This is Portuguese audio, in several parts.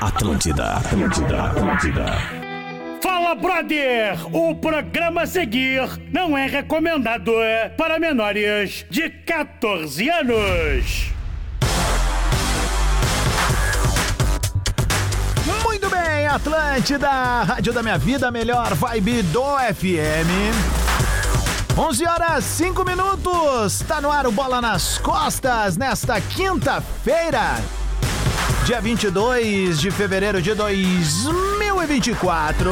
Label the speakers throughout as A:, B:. A: Atlântida, Atlântida, Atlântida.
B: Fala, brother! O programa a seguir não é recomendado é, para menores de 14 anos.
C: Muito bem, Atlântida, Rádio da Minha Vida, melhor vibe do FM. 11 horas 5 minutos, tá no ar o Bola nas Costas nesta quinta-feira, dia 22 de fevereiro de 2024.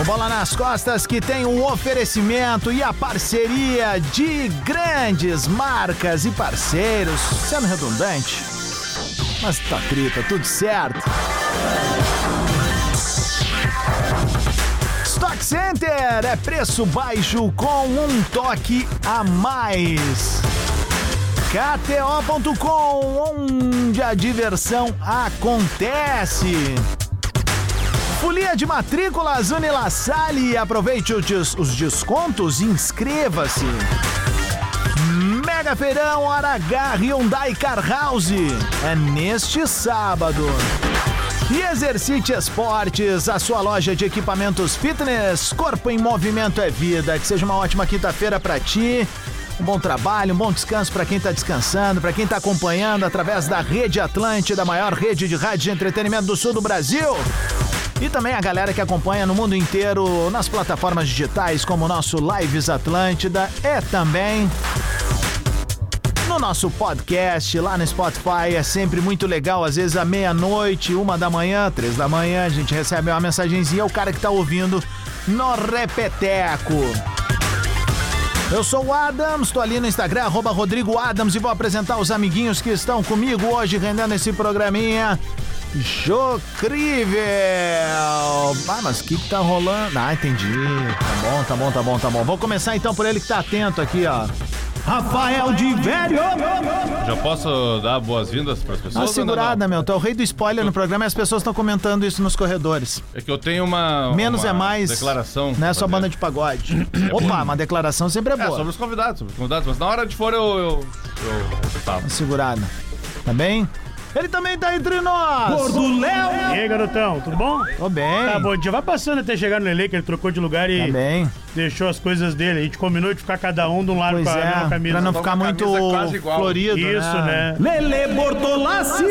C: O Bola nas Costas que tem um oferecimento e a parceria de grandes marcas e parceiros, sendo redundante, mas tá trita, tudo certo. Stock Center é preço baixo com um toque a mais. KTO.com, onde a diversão acontece. Folia de matrículas Unilassalle, aproveite os, des- os descontos e inscreva-se. Mega Feirão Hora H Hyundai Car House, é neste sábado. E Exercite Esportes, a sua loja de equipamentos fitness, corpo em movimento é vida. Que seja uma ótima quinta-feira pra ti. Um bom trabalho, um bom descanso pra quem tá descansando, pra quem tá acompanhando através da Rede Atlântida, a maior rede de rádio de entretenimento do sul do Brasil. E também a galera que acompanha no mundo inteiro nas plataformas digitais, como o nosso Lives Atlântida, é também no nosso podcast, lá no Spotify. É sempre muito legal. Às vezes, à meia-noite, uma da manhã, três da manhã, a gente recebe uma mensagenzinha. O cara que tá ouvindo no Repeteco. Eu sou o Adams, tô ali no Instagram, arroba Rodrigo Adams, e vou apresentar os amiguinhos que estão comigo hoje rendendo esse programinha. Jocrível! Ah, mas o que, que tá rolando? Ah, entendi. Tá bom, tá bom, tá bom, tá bom. Vou começar então por ele que tá atento aqui, ó. Rafael de Velho!
D: Já posso dar boas-vindas para as pessoas?
C: Dá uma
D: ou não,
C: segurada,
D: não?
C: meu. Tu é o rei do spoiler no programa e as pessoas estão comentando isso nos corredores.
D: É que eu tenho uma.
C: Menos
D: uma
C: é mais.
D: Declaração.
C: Não é só
D: pra
C: banda
D: fazer.
C: de pagode. Opa, uma declaração sempre é
D: É,
C: boa.
D: sobre os convidados, sobre os convidados. Mas na hora de fora eu. eu, eu tá.
C: Uma segurada. Tá bem? Ele também tá entre nós!
B: Gordo Léo! E aí, garotão, tudo bom?
C: Tô bem.
B: Tá bom, já vai passando até chegar no Lele, que ele trocou de lugar
C: Tá
B: e
C: bem.
B: deixou as coisas dele. A gente combinou de ficar cada um de um lado
C: Pois
B: com a
C: é,
B: mesma camisa.
C: pra não
D: Então,
C: ficar
D: uma
C: muito
D: camisa quase igual.
C: florido.
B: Isso, né?
E: Lele Bortolassi.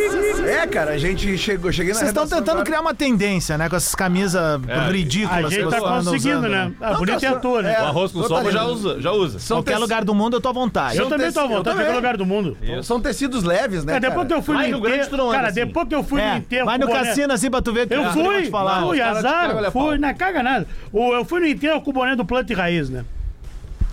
E: É, cara, a gente chegou, cheguei na
C: Vocês estão
E: redação
C: tentando
E: agora.
C: criar uma tendência, né? Com essas camisas
D: É,
C: ridículas
B: A gente
C: que
B: tá
C: vocês andam
B: conseguindo,
C: usando,
B: né? Ah, bonito é
E: tá-
B: ator, né?
D: O arroz com
E: Totalmente.
D: sopa já usa. Já usa.
E: São
C: Qualquer
E: teci-
C: lugar do mundo eu tô à vontade.
B: Eu também tô à
E: Eu
B: vontade,
E: também.
B: qualquer lugar do mundo.
E: São tecidos leves, né,
B: É, depois
E: cara?
B: que eu fui
D: Lá em
B: no
D: Rio Grande do
B: enterro.
D: Norte,
B: Cara,
D: assim.
B: depois que eu fui no
C: É,
B: enterro. né?
C: vai no
B: com o boné-
C: cassino assim pra tu ver.
B: Eu
C: cara, eu vou
B: fui,
C: te falar.
B: fui,
D: caras te
B: azar,
D: cagam, olha,
B: fui,
D: Paulo.
B: na caga nada. O- eu fui no enterro com o boné do planta e raiz, né?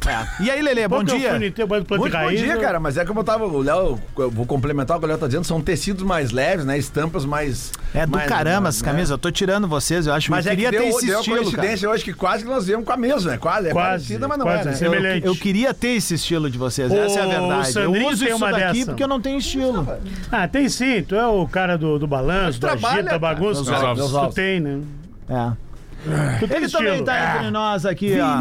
C: É. E aí, Lelê, bom
B: Depois que Eu
C: dia.
B: fui no enterro com o boné do planta
E: Muito
B: e
E: bom
B: raiz.
E: dia,
B: eu-
E: cara, mas é como eu tava, o Léo, eu vou complementar o que o Léo tá dizendo, são tecidos mais leves, né, estampas mais...
C: É do
E: mais-
C: caramba
E: né?
C: essas camisas. Eu tô tirando vocês, eu acho.
E: Mas
C: eu
E: é
C: queria
E: que deu,
C: ter esse
E: deu a
C: estilo, cara.
E: coincidência hoje que quase que nós viemos com a mesma, né, quase, é
B: Quase,
E: parecida, mas não
B: quase,
E: é, né?
B: assim. Semelhante.
C: Eu, eu queria ter esse estilo de vocês, essa é a
B: O
C: verdade. Eu
B: Sandrinho
C: uso
B: tem
C: isso
B: uma
C: daqui
B: dessa.
C: porque eu não tenho estilo.
B: Ah, tem sim. Tu é o cara do, do balanço, do
E: trabalha,
B: agito, da
E: cara.
B: bagunça.
D: Meus
B: cara.
D: ovos.
B: Tu
E: Meus
B: tem, né?
C: É.
B: Tu tem
C: Ele
B: estilo. É.
C: também tá entre nós aqui, ó.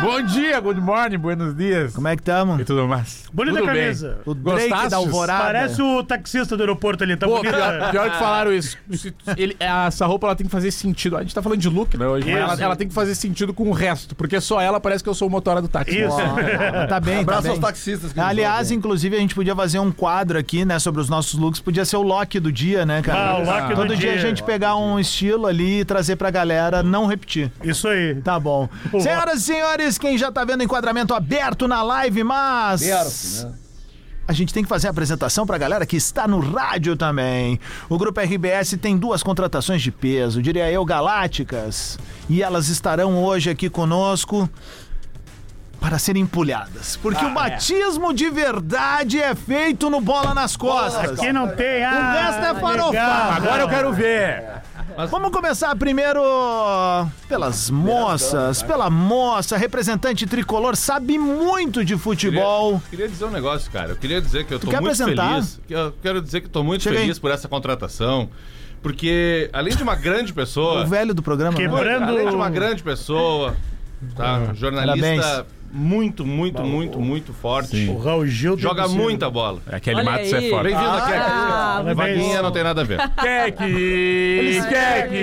F: Bom dia, good morning, buenos dias.
C: Como é que tamo?
F: E tudo mais.
B: Bonita
F: tudo bem.
B: camisa.
C: O Drake da
F: Gostastes?
C: Alvorada.
B: Parece o taxista do aeroporto ali, tá
F: Pô,
B: bonita.
F: pior, pior que falaram isso. Se- ele- essa roupa ela tem que fazer sentido. A gente tá falando de look, né? Hoje, mas
B: Isso.
F: ela, ela tem que fazer sentido com o resto, porque só ela parece que eu sou o motora do táxi.
B: Isso.
C: Ah, Tá bem, tá
E: Abraço
C: bem.
E: aos taxistas. que nos
C: Aliás,
E: ouvem.
C: inclusive, a gente podia fazer um quadro aqui, né, sobre os nossos looks. Podia ser o Loki do dia, né, cara?
B: Ah, o Loki do
C: Todo dia a
B: dia.
C: gente pegar um estilo ali e trazer pra galera não repetir.
B: Isso aí.
C: Tá bom. Senhoras e senhores, quem já tá vendo o enquadramento aberto na live, mas.
E: Certo, né?
C: A gente tem que fazer a apresentação pra galera que está no rádio também. O Grupo RBS tem duas contratações de peso, diria eu, galácticas. E elas estarão hoje aqui conosco para serem empulhadas. Porque o batismo de verdade é feito no Bola nas Costas.
B: Quem não tem, ah,
C: O resto é farofado.
B: legal.
F: Agora eu quero ver.
C: Vamos começar primeiro pelas moças, pela moça, representante tricolor, sabe muito de futebol.
D: Queria, queria dizer um negócio, cara. Eu queria dizer que eu tô
C: quer
D: muito
C: apresentar?
D: feliz. que Eu quero dizer que eu tô muito
C: Chega aí.
D: feliz por essa contratação. Porque, além de uma grande pessoa.
C: O velho Ah, do programa. né?
B: Quebrou. Lembrando-
D: Além de uma grande pessoa, tá? Um jornalista muito, muito, muito, muito forte.
B: O Raul Gil tá tem
D: Joga
B: que ser-
D: muita bola.
F: É, Kelly
G: Olha
F: Matos
G: aí.
F: é foda.
D: Bem-vindo aqui.
G: Ah,
D: Vaguinha não tem nada a ver.
F: Keki! Keki!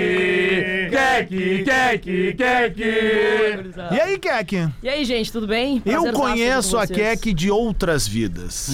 F: Keki! Keki! Keki!
G: gurizada.
C: E aí, Kek?
G: E aí, gente, tudo bem?
C: Eu
G: Prazerzaço
C: conheço
G: com
C: a
G: vocês. Hum.
C: Kek de outras vidas.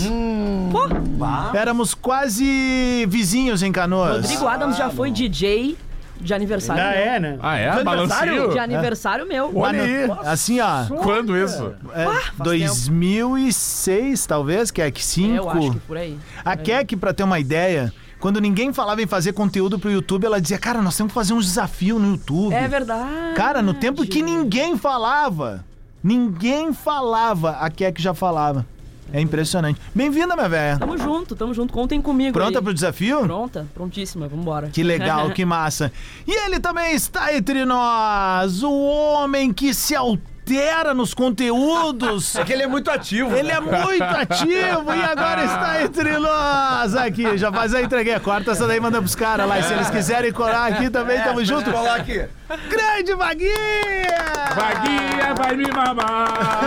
G: Pô,
C: Éramos quase vizinhos em Canoas.
G: Rodrigo Adams já foi DJ de aniversário.
B: Ah,
G: meu.
B: é, né?
F: Ah, é? Balancinho?
G: De aniversário meu.
C: Ah,
F: Olha
C: não.
F: aí.
C: Assim, ó,
F: Quando isso?
C: é 2006, talvez, Kek,
G: É, Eu acho
C: 5.
G: que por aí.
C: A Kek, pra ter uma ideia, quando ninguém falava em fazer conteúdo pro YouTube, ela dizia, cara, nós temos que fazer uns desafios no YouTube.
G: É verdade.
C: Cara, no tempo que ninguém falava, ninguém falava, a Kek já falava. É impressionante. Bem-vinda, minha velha.
G: Tamo junto, tamo junto. Contem comigo.
C: Pronta
G: aí.
C: pro desafio?
G: Pronta? Prontíssima, vambora.
C: Que legal, que massa. E ele também está entre nós, o homem que se altera nos conteúdos.
E: É que ele é muito ativo.
C: Ele é muito ativo e agora está entre nós aqui. Já faz a entreguei. Corta essa daí, manda pros caras lá. E se eles quiserem colar aqui também, tamo junto.
E: Falar
C: É.
E: aqui.
C: Grande Vaguinha!
F: Vaguinha vai me mamar!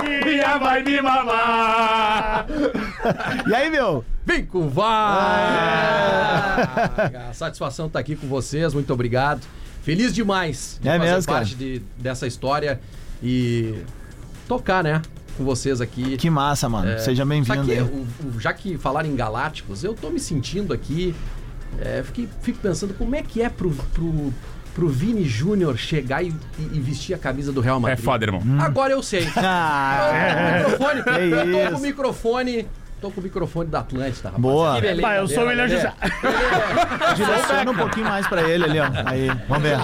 F: Vaguinha vai me mamar!
C: E aí, meu?
H: Vem com vai! A satisfação estar aqui com vocês, muito obrigado. Feliz demais de
C: É
H: fazer
C: mesmo, cara.
H: parte de- dessa história e tocar, né? Com vocês aqui.
C: Que massa, mano.
H: É,
C: Seja
H: só
C: bem-vindo
H: que,
C: aí.
H: o- o- já que falaram em Galácticos, eu tô me sentindo aqui. é, fiquei- fico pensando como é que é pro, pro, pro Vini Júnior chegar e, e- e vestir a camisa do Real
F: É
H: Madrid.
F: foda, irmão.
H: Agora eu sei.
C: Ah,
H: Eu tô com o
C: É
H: microfone, eu tô com
C: isso.
H: o microfone. Tô com o microfone da Atlântida, rapaz.
C: boa.
B: Pá, eu sou o William
H: Beleza.
B: José.
C: Direciona um pouquinho mais pra ele ali, ó. Aí, vamos ver.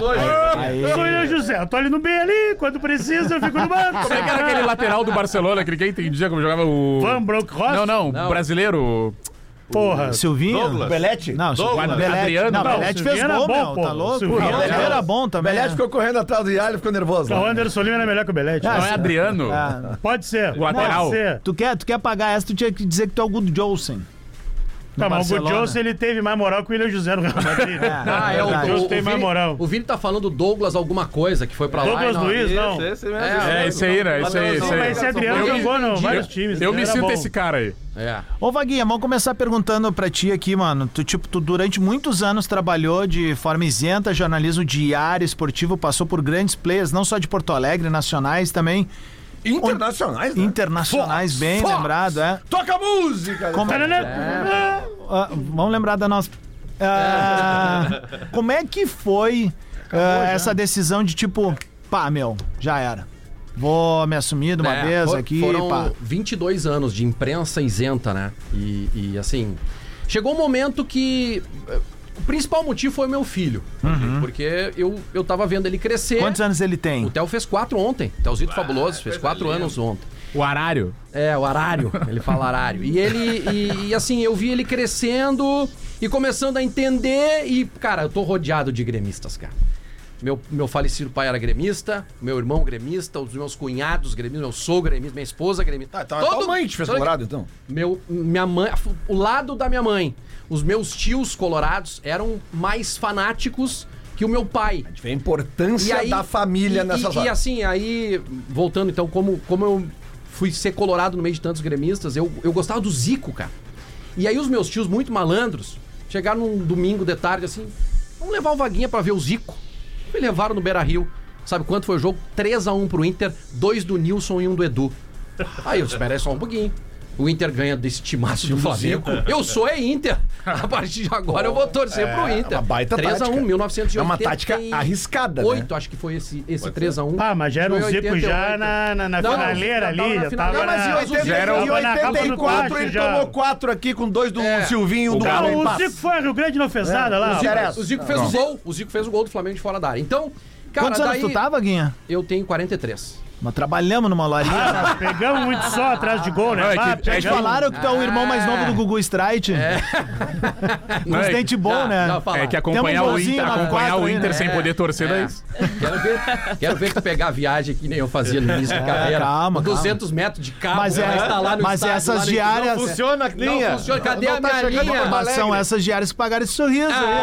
C: Aí.
B: Eu sou o William José. Eu tô ali no B ali, quando precisa eu fico no banco.
F: Como é que era aquele lateral do Barcelona que ninguém entendia como jogava o.
B: Ah, Van Bronckhorst?
F: Não, não, o brasileiro.
B: Porra.
C: Silvinho?
D: Douglas.
E: Belete?
C: Não,
D: Douglas.
C: Belete.
F: Adriano.
C: Não,
F: Não,
C: Belete
B: Silvinho
C: fez
B: era
C: gol,
B: bom,
C: meu.
B: pô.
C: Tá louco?
B: Silvinho
C: Não,
B: era
C: Belete
B: bom.
C: era bom também. é.
E: Belete ficou correndo atrás do Yale, ficou nervoso.
B: O
E: lá.
B: Anderson Lima era melhor que o Belete.
F: Não é Adriano?
C: Ah,
B: Pode ser.
F: O lateral.
B: Pode ser.
C: É. tu, quer, tu quer pagar essa, tu tinha que dizer que tu é o Good Jolson.
B: Tá, mas o
C: Barcelona.
B: Gudjons, ele teve mais moral que o William José no Real Madrid.
H: Ah, é, o,
C: Verdade.
H: o,
B: Deus
H: o,
B: tem mais
H: Vini,
B: moral.
H: o Vini tá falando Douglas alguma coisa que foi pra lá.
B: Douglas
H: e não-
B: Luiz, não.
D: Esse, esse mesmo.
H: É,
F: É, esse aí, né? Esse aí,
I: é
F: esse
B: Não,
F: aí.
B: mas esse Adriano
F: Eu-
B: jogou no
H: eu-
B: vários times.
F: Eu
B: ele
F: me
B: era
F: sinto
B: bom.
F: esse cara aí.
H: É.
C: Ô, Vaguinha, vamos começar perguntando pra ti aqui, mano. Tu, tipo, tu durante muitos anos trabalhou de forma isenta, jornalismo diário, esportivo, passou por grandes players, não só de Porto Alegre, nacionais também,
E: Internacionais, né?
C: internacionais,
E: Fox,
C: bem
E: Fox.
C: lembrado, é.
E: Toca música!
C: Como-
B: É. Tanana-
C: Ah, vamos lembrar da nossa. Ah, como é que foi ah, essa decisão de tipo, pá, meu, já era. Vou me assumir de uma
H: É,
C: vez
H: for-
C: aqui,
H: Foram
C: pá.
H: 22 anos de imprensa isenta, né? E, e, assim, chegou um momento que... eh, O principal motivo foi meu filho. Porque eu, eu tava vendo ele crescer.
C: Quantos anos ele
H: O
C: tem?
H: Theo fez quatro ontem. Theozito Fabuloso fez quatro anos ontem.
F: O Arário.
H: É, o horário. Ele fala horário. E ele, e, e assim, eu vi ele crescendo e começando a entender. E, cara, eu tô rodeado de gremistas, cara. Meu, meu falecido pai era gremista, meu irmão gremista, os meus cunhados gremistas, meu sogro gremista, minha esposa gremista.
E: Ah, tá, Todo mãe te fez
H: todo-
E: colorado, então.
H: meu, minha mãe, o lado da minha mãe, os meus tios colorados eram mais fanáticos que o meu pai.
E: A gente vê a importância da família
H: e,
E: nessas
H: e, e
E: horas.
H: assim, aí, voltando então, como, como eu fui ser colorado no meio de tantos gremistas, eu, eu gostava do Zico, cara. E aí os meus tios, muito malandros, chegaram num domingo de tarde assim, vamos levar o Vaguinha pra ver o Zico. Me levaram no Beira Rio. Sabe quanto foi o jogo? 3x1 pro Inter, dois do Nilson e um do Edu. Aí eu disse, "Pera aí só um pouquinho. O Inter ganha desse timaço do Flamengo. Eu sou é Inter. A partir de agora eu vou torcer pro Inter.
E: É, uma baita
H: 3x1,
E: tática.
H: 1988.
E: É uma tática arriscada, né?
H: 8, acho que foi esse, esse 3x1.
B: Pá, mas já era um
H: Foi
B: Zico
H: 88.
B: já na, na, na
H: Não,
B: finaleira
H: já tava
B: ali.
H: na
B: Já
H: final.
B: tava
H: Não, mas
B: na-
H: em 80
B: já era-
E: em
B: tava na capa do
E: 84
B: Corte
E: ele
B: já.
E: tomou quatro aqui com dois do
H: É.
E: Silvinho e um do
B: Ah,
E: Alan
B: o
E: Paz.
B: Zico foi a Rio Grande não fez nada lá.
E: Zico-
B: rapaz.
H: O Zico fez o gol. O Zico fez o gol do Flamengo de fora da área. Então, cara,
C: Quantos anos
H: daí
C: tu tá, Vaguinha?
H: eu tenho 43.
C: Nós trabalhamos numa lorinha.
B: Ah, Pegamos muito só atrás de gol, né?
F: Não, é que-
B: Pá,
F: é que
C: Eles
B: pegamos-
C: falaram que tu é o irmão mais
H: Ah.
C: novo do Gugu Strike.
H: É,
C: Com os
F: Não, é-
C: dentes bons,
H: Já-
C: né?
H: Ah, já fala.
F: É que
C: Tem
F: acompanhar
C: um
F: o
C: golzinho
F: Inter,
C: na
F: acompanhar
C: quatro
F: o
C: aí,
F: Inter
C: né?
F: sem poder torcer,
I: é
H: É.
F: daí.
H: Quero ver, quero ver tu pegar a viagem que nem eu fazia no início da carreira.
C: calma, calma.
H: 200 metros de carro.
C: Mas, é,
H: vai estar tá lá no
C: mas
H: estádio, lá
C: essas
H: no-
C: diárias.
D: Funciona a linha.
H: Não funciona. Cadê
E: Não
H: a
E: tá
H: minha
E: chegando
H: linha? Ah, tá
E: pra
C: São essas diárias que pagaram esse sorriso
H: é.
C: aí. né?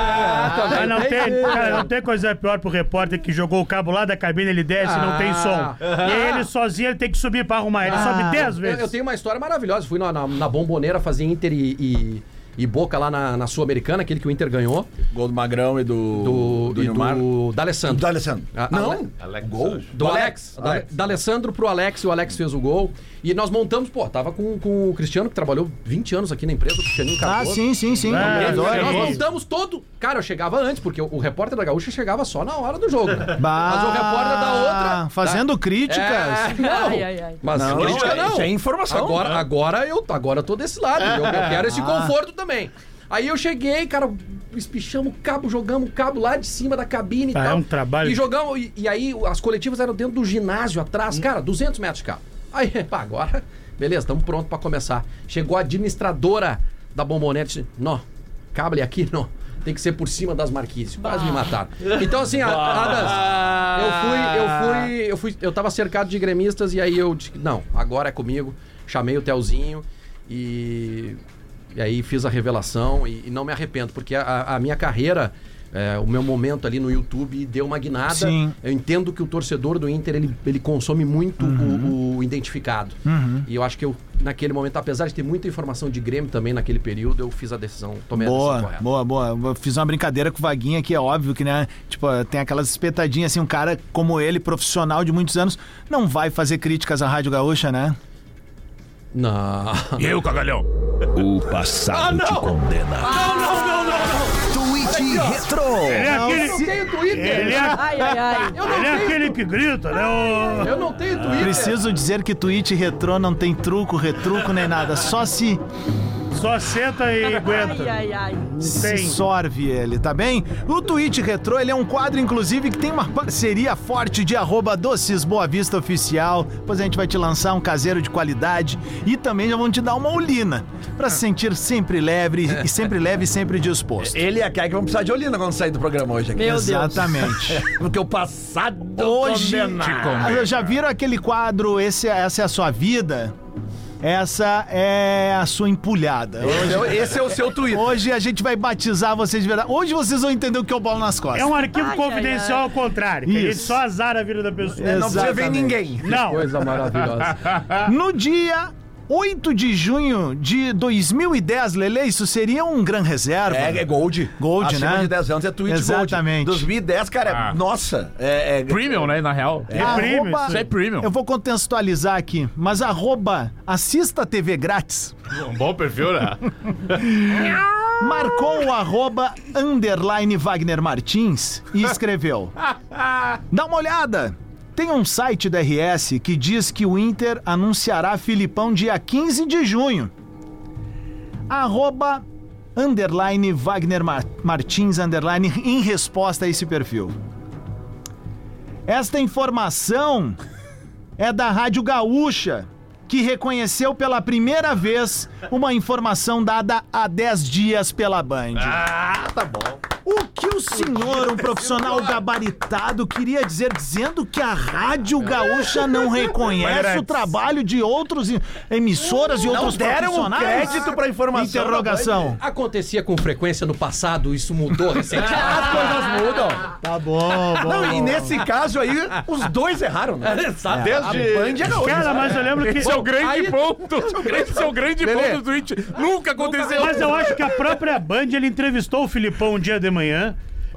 H: também
B: Mas não
H: tem.
B: tem, cara, não tem coisa pior pro repórter que jogou o cabo lá da cabine, ele desce e não tem som. E aí ele sozinho ele tem que subir pra arrumar. Ele sobe 10
H: Eu,
B: vezes.
H: eu tenho uma história maravilhosa. Fui na, na, na bomboneira fazer Inter e, e- e Boca lá na, na Sul-Americana, aquele que o Inter ganhou.
E: Gol do Magrão e do.
H: Do, e
E: Neymar.
H: do D'Alessandro.
E: Do Alessandro.
H: A-
E: Não.
D: Alex
E: Gol.
D: Sancho.
H: Do Alex. Da-
E: Alex.
H: Da Alessandro pro Alex, e o Alex fez o gol. E nós montamos, pô, tava com, com o Cristiano, que trabalhou 20 anos aqui na empresa, o Cristianinho
C: Ah,
H: Cardoso.
C: sim, sim, sim.
B: É,
C: Adoro.
H: Nós
B: Sim.
H: montamos todo. Cara, eu chegava antes, porque o, o repórter da Gaúcha chegava só na hora do jogo. né?
C: Bah,
H: Mas o repórter da outra.
C: Fazendo críticas.
H: É, não.
G: Ai, ai, ai.
H: Mas
E: Não, isso
H: crítica
E: é-
H: não.
E: isso é informação.
H: Agora, agora, eu, agora eu tô desse lado. Eu, eu quero esse conforto também. Aí eu cheguei, cara, espichamos o cabo, jogamos o cabo lá de cima da cabine
B: Tá,
H: e tal.
B: é um trabalho.
H: E jogamos, e, e aí as coletivas eram dentro do ginásio atrás, cara, 200 metros de cabo. Aí, pá, agora, beleza, estamos prontos pra começar. Chegou a administradora da bombonete, disse, não, cable aqui não. Tem que ser por cima das marquises. Quase me mataram. Então, assim, a- Adams, eu fui, eu fui, eu fui, eu tava cercado de gremistas e aí eu disse, não, agora é comigo. Chamei o Telzinho e e aí fiz a revelação e, e não me arrependo, porque a, a minha carreira, é, o meu momento ali no YouTube deu uma guinada.
C: Sim.
H: Eu entendo que o torcedor do Inter, ele, ele consome muito
E: Uhum.
H: o, o identificado. E eu acho que eu, naquele momento, apesar de ter muita informação de Grêmio também naquele período, eu fiz a decisão, tomei a decisão
C: Boa,
H: correta.
C: boa, boa. Eu Fiz uma brincadeira com o Vaguinha que é óbvio que, né? Tipo, tem aquelas espetadinhas assim, um cara como ele, profissional de muitos anos, não vai fazer críticas à Rádio Gaúcha, né?
H: Não.
A: Eu, cagalhão. O passado te condena. Twitch
B: Ele é
A: Retro.
B: aquele,
H: Eu não tenho
B: ele
H: Twitter!
B: é,
G: Ai, ai, ai.
B: ele
H: Eu
B: é
H: não tenho,
B: aquele que grita, né? ô?
H: eu não tenho Twitter!
C: Preciso dizer que tweet retrô não tem truco, retruco nem nada, só se,
B: Só senta e aguenta.
G: Ai, ai, ai.
C: se
B: Tem.
C: sorve ele, tá bem? O tweet retrô ele é um quadro, inclusive, que tem uma parceria forte de arroba doces Boa Vista Oficial, pois a gente vai te lançar um caseiro de qualidade e também já vão te dar uma olina, pra se sentir sempre leve e sempre leve e sempre disposto.
E: Ele e a Keke vão precisar de Olina quando sair do programa hoje aqui.
G: Meu Deus.
C: Exatamente.
E: Porque o passado
C: Hoje-
E: condena.
C: Ah, Já viram aquele quadro Esse, Essa é a sua vida? Essa é a sua empulhada.
E: Esse é o- Esse é o seu Twitter.
C: Hoje a gente vai batizar vocês de verdade. Hoje vocês vão entender o que é o bolo nas costas.
B: É um arquivo
G: Ai, ai,
B: confidencial
G: ai.
B: ao contrário. Que a gente
C: Isso.
B: só azar a vida da pessoa.
C: Exato.
E: É, Não precisa ver
C: exatamente.
E: ninguém.
B: Não,
H: Coisa maravilhosa.
C: No dia 8 de junho de 2010, Lele, isso seria um gran reserva.
E: É, é Gold.
C: Gold,
E: Acima
C: né?
E: de 10 anos é Twitch
C: Exatamente.
E: Gold. 2010, cara, é-
D: Ah.
E: nossa. É, é-
D: Premium, né? Na real.
B: é prêmio
C: Arroba-
D: Isso é premium.
C: Eu vou contextualizar aqui, mas arroba assista TV grátis.
D: Um bom perfil, né?
C: marcou o arroba underline Wagner Martins e escreveu: Dá uma olhada! Tem um site da RS que diz que o Inter anunciará Filipão dia 15 de junho. Arroba underline Wagner Mar- Martins underline em resposta a esse perfil. Esta informação é da Rádio Gaúcha, que reconheceu pela primeira vez uma informação dada há 10 dias pela Band.
D: Ah, tá bom.
C: O que o senhor, um profissional gabaritado, queria dizer dizendo que a Rádio Gaúcha não reconhece o trabalho de outros em- emissoras e outros
E: deram o
C: profissionais?
E: crédito pra informação.
C: Interrogação.
H: Acontecia com frequência no passado, isso mudou recentemente. As coisas mudam.
C: Tá bom, bom.
E: Não, e nesse caso aí, os dois erraram, né?
H: Sabe?
D: Ah,
E: A Band
D: Desde.
E: era hoje.
B: cara, mas eu lembro que.
D: Esse é o grande
H: aí-
D: ponto. Esse é o grande ponto do Twitch. Nunca aconteceu.
B: Mas eu acho que a própria Band, ele entrevistou o Filipão um dia de manhã.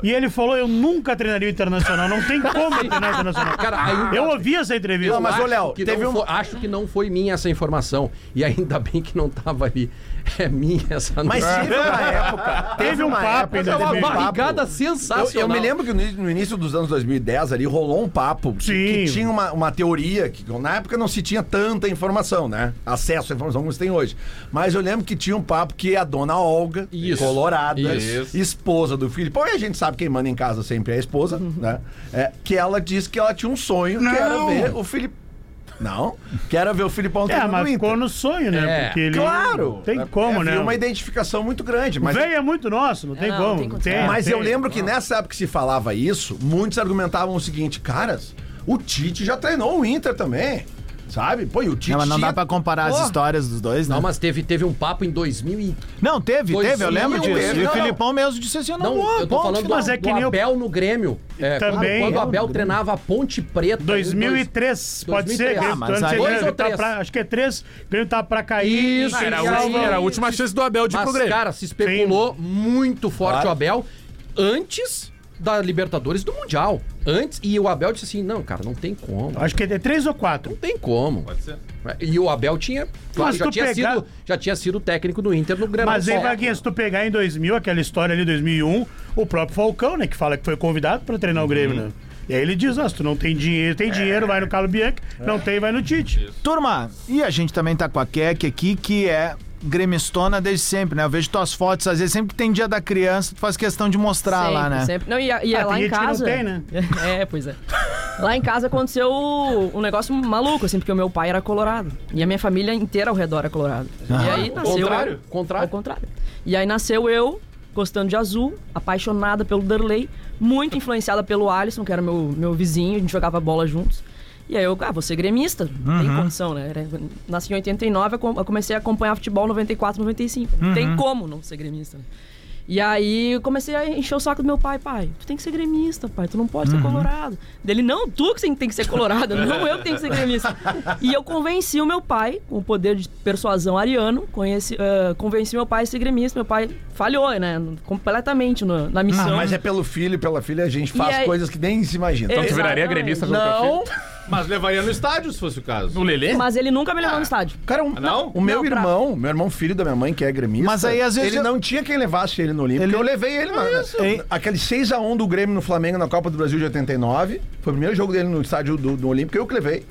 B: E ele falou: Eu nunca treinaria o internacional, não tem como treinar o internacional.
H: Cara, aí o-
B: eu ouvi essa entrevista.
E: Não, mas
H: acho
E: ô, Léo,
H: que
E: teve
H: não
E: um-
H: foi- acho que não foi minha essa informação. E ainda bem que não tava ali. É minha essa
E: Mas
H: notícia.
E: teve uma época.
B: Teve um
E: uma
B: papo
E: época,
B: ainda
E: teve
B: também.
E: um papo.
H: barrigada
E: Eu,
H: sensacional.
E: eu me lembro que no, início- no início dos anos 2010 ali rolou um papo que- que,
B: Sim.
E: tinha uma, uma teoria que na época não se tinha tanta informação, né? Acesso à informação como se tem hoje. Mas eu lembro que tinha um papo que a dona Olga,
H: Isso.
E: colorada,
H: Isso.
E: esposa do Filipão, e a gente sabe quem manda em casa sempre é a esposa,
B: Uhum.
E: né? É, que ela disse que ela tinha um sonho que era ver o Filipão. Não, que era ver o Filipão
B: É,
E: treinando o
B: mas
E: Inter.
B: ficou no sonho, né?
H: É,
B: Porque ele.
E: Claro!
B: Não tem
E: É,
B: como,
E: havia
B: né?
E: uma identificação muito grande,
B: Mas...
E: mas
B: Vem é muito nosso, não tem
G: não,
B: como.
G: não tem condição.
B: Tem,
E: mas eu
B: tem.
E: lembro que nessa época que se falava isso, muitos argumentavam o seguinte, caras, o Tite já treinou o Inter também. Sabe? Pô, e o Tite.
C: Não, mas não dá pra comparar as
E: Pô.
C: histórias dos dois, né?
H: Não, mas teve, teve um papo em 2000 e...
C: Não, teve,
H: Dois
C: teve, eu lembro
H: mil,
C: disso.
H: teve,
C: e o
H: não, não.
C: Filipão mesmo disse assim, eu não,
H: Não,
C: vou,
H: eu tô
C: ponto.
H: falando do,
B: Tá mas é
H: do
B: que nem o-
H: Abel no Grêmio. É,
B: Também-
H: Quando o Abel treinava a Ponte Preta... em
B: 2003, pode
H: 2003.
B: ser?
C: Ah,
B: Grêmio,
C: mas
B: antes
C: aí-
B: é
H: Dois
B: Grêmio,
H: ou
B: tá
H: três?
B: pra- acho que é três. Grêmio tá pra
I: Ah,
B: cair.
H: Isso,
F: Era, a
H: e aí-
F: última- era a última chance do Abel de ir pro
H: Mas,
F: Grêmio.
H: cara, se especulou muito forte
E: Claro.
H: o Abel antes da Libertadores e do Mundial. Antes, e o Abel disse assim: não, cara, não tem como. Não
B: Acho que é de três ou quatro.
H: tem como.
D: Pode ser.
H: E o Abel tinha.
B: Mas
H: já,
B: tu
H: tinha
B: pegar-
H: sido, já tinha sido técnico do Inter no Granada.
B: Mas aí, Vaguinha, se tu pegar em 2000, aquela história ali, 2001, o próprio Falcão, né, que fala que foi convidado pra treinar o Grêmio, né? E aí ele diz, ah, se tu não tem dinheiro, tem dinheiro, vai no Carlos Bianchi, não tem, vai no Tite.
C: Turma, e a gente também tá com a Kek aqui, que é gremistona desde sempre, né? Eu vejo tuas fotos, às vezes, sempre que tem dia da criança, tu faz questão de mostrar
G: sempre,
C: lá, né?
G: sempre. Não, e, a- e é
B: Ah,
G: lá
B: tem
G: em
B: gente que não
G: casa.
B: tem, né?
G: É, pois é. Lá em casa aconteceu um negócio maluco, assim, porque o meu pai era colorado. E a minha família inteira ao redor era colorado. E aí nasceu. eu-
H: contrário, contrário.
G: Ao contrário. E aí nasceu eu, gostando de azul, apaixonada pelo Derley, muito influenciada pelo Alisson, que era meu, meu vizinho, a gente jogava bola juntos. E aí eu, ah, vou ser gremista, não
C: Uhum.
G: tem condição, né? Era- Nasci em 89, eu com- eu comecei a acompanhar futebol 94, 95. Não
C: Uhum.
G: tem como não ser gremista, né? E aí eu comecei a encher o saco do meu pai, pai, tu tem que ser gremista, pai, tu não pode
F: Uhum.
G: ser colorado. Dele, não, tu que tem que ser colorado, não eu que tenho que ser gremista. E eu convenci o meu pai, com o poder de persuasão ariano, conheci, ah, convenci meu pai a ser gremista, meu pai falhou, né, completamente no- na missão.
F: Ah,
E: Não, mas é pelo filho, pela filha, a gente
G: E
E: faz
G: aí-
E: coisas que nem se imagina.
G: Então
F: tu viraria
G: Exatamente.
F: gremista pelo
G: Não,
D: Mas levaria no estádio se fosse o caso.
F: No Lelê?
G: mas ele nunca me levou no estádio.
E: Cara, um-
D: não?
E: o meu
G: Não, pra-
E: irmão, meu irmão filho da minha mãe, que é gremista,
C: Mas aí, às vezes,
E: ele
C: eu-
E: não tinha quem levasse ele no Olímpico.
C: Ele-
E: Eu levei ele, mano.
C: Hein?
E: Aquele 6x1 do Grêmio no Flamengo na Copa do Brasil de 89. Foi o primeiro jogo dele no estádio do, do Olímpico, eu que levei.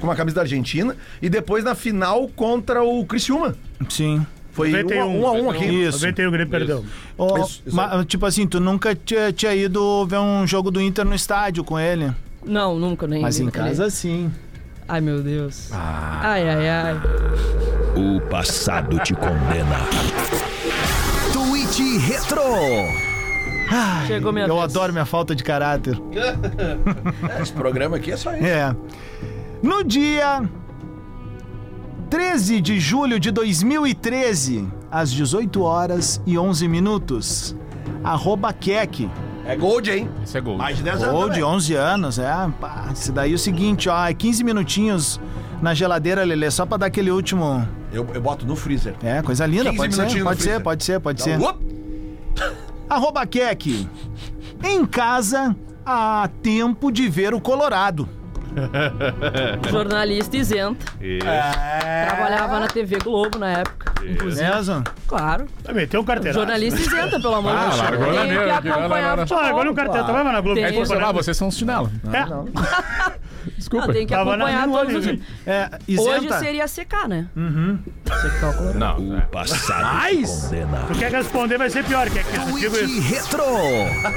E: Com uma camisa da Argentina. E depois na final contra o Criciúma.
C: Sim.
E: Foi
B: 91.
E: 1 a 1 aqui.
C: Isso.
B: 91, o Grêmio perdeu.
C: Ó,
E: Isso, isso
C: ma- tipo assim, tu nunca tinha, tinha ido ver um jogo do Inter no estádio com ele.
G: Não, nunca, nem.
C: Mas em
G: nunca,
C: casa, sim.
G: nem- Ai, meu Deus. Ai, ai, ai.
A: Ah. O passado te condena.
C: Twitch Retro.
G: Chegou minha
C: Eu
G: vez.
C: adoro minha falta de caráter.
E: Esse programa aqui é só isso.
C: É. No dia 13 de julho de 2013, às 18 horas e 11 minutos, arroba Kek,
E: É Gold, hein?
F: Isso é gol.
E: Mais de 10 anos.
C: ou de
E: também.
C: 11 anos, é, pá, esse daí é o seguinte, ó, é 15 minutinhos na geladeira, Lelê, só pra dar aquele último,
E: eu, eu boto no freezer.
C: é, coisa linda,
E: 15
C: pode ser,
E: minutinhos no
C: pode ser,
E: freezer. Tá
C: pode ser, pode ser.
E: Uop!
C: Arroba Kek, em casa há tempo de ver o Colorado.
G: Jornalista isenta. Trabalhava na TV Globo na época, inclusive.
C: Beleza?
G: Claro.
B: Também tem um carteirão.
G: Jornalista isenta, pelo amor
F: Ah,
G: de Deus.
F: largou na
G: Tem que
F: neira, que vai lá,
G: acompanhar
F: lá, lá.
B: Só agora um carteirão. Tava na Globo.
G: Tem.
F: Aí tu falou, ah,
B: temporada.
F: vocês são os chinelo.
B: É.
F: Desculpa.
G: Ah, tem que
B: Tava
G: acompanhar
B: na rua,
G: todos
B: né?
G: os...
C: É,
G: Hoje
C: isenta.
G: seria secar, né?
F: Não,
A: O passado te condena.
B: Tu quer responder, vai ser pior. Quer que eu digo isso?
C: Retro.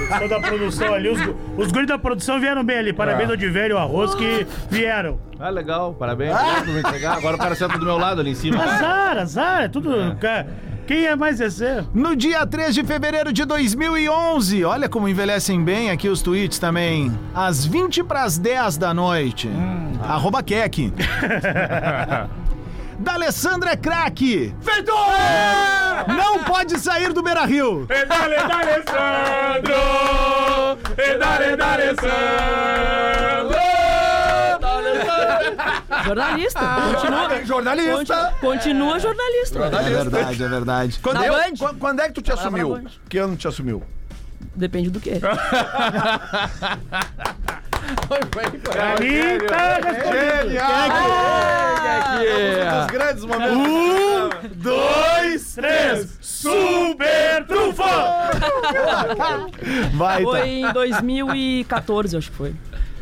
B: Pessoal da produção ali, os, os guris da produção vieram bem ali. Parabéns ao Divério e ao Arroz que vieram.
D: Ah, legal. Parabéns por me entregar. Agora o cara senta do meu lado ali em cima.
B: Azar, azar, é tudo. ca- Quem é mais esse?
C: No dia 3 de fevereiro de 2011, olha como envelhecem bem aqui os tweets também. Às 20 para as 10 da noite. Arroba Kek. D'Alessandro é craque. Feito! Não pode sair do Beira Rio.
E: É
F: Edale, edale, Alessandro! Edale, edale, Alessandro!
G: Jornalista.
E: Jornalista.
G: Continua,
E: Jornalista.
G: continua jornalista. velho.
C: É verdade, é verdade.
E: Quando,
G: Na
E: eu-
G: Band?
E: quan- quando é que tu te
G: Trabalhava
E: assumiu?
G: na Band.
E: Que ano te assumiu?
G: Depende do quê.
B: Pra mim, tá respondido.
E: Os grandes momentos. Um,
B: Dois, três, super trunfo!
C: Vai, tá.
G: Foi em 2014, eu acho que foi.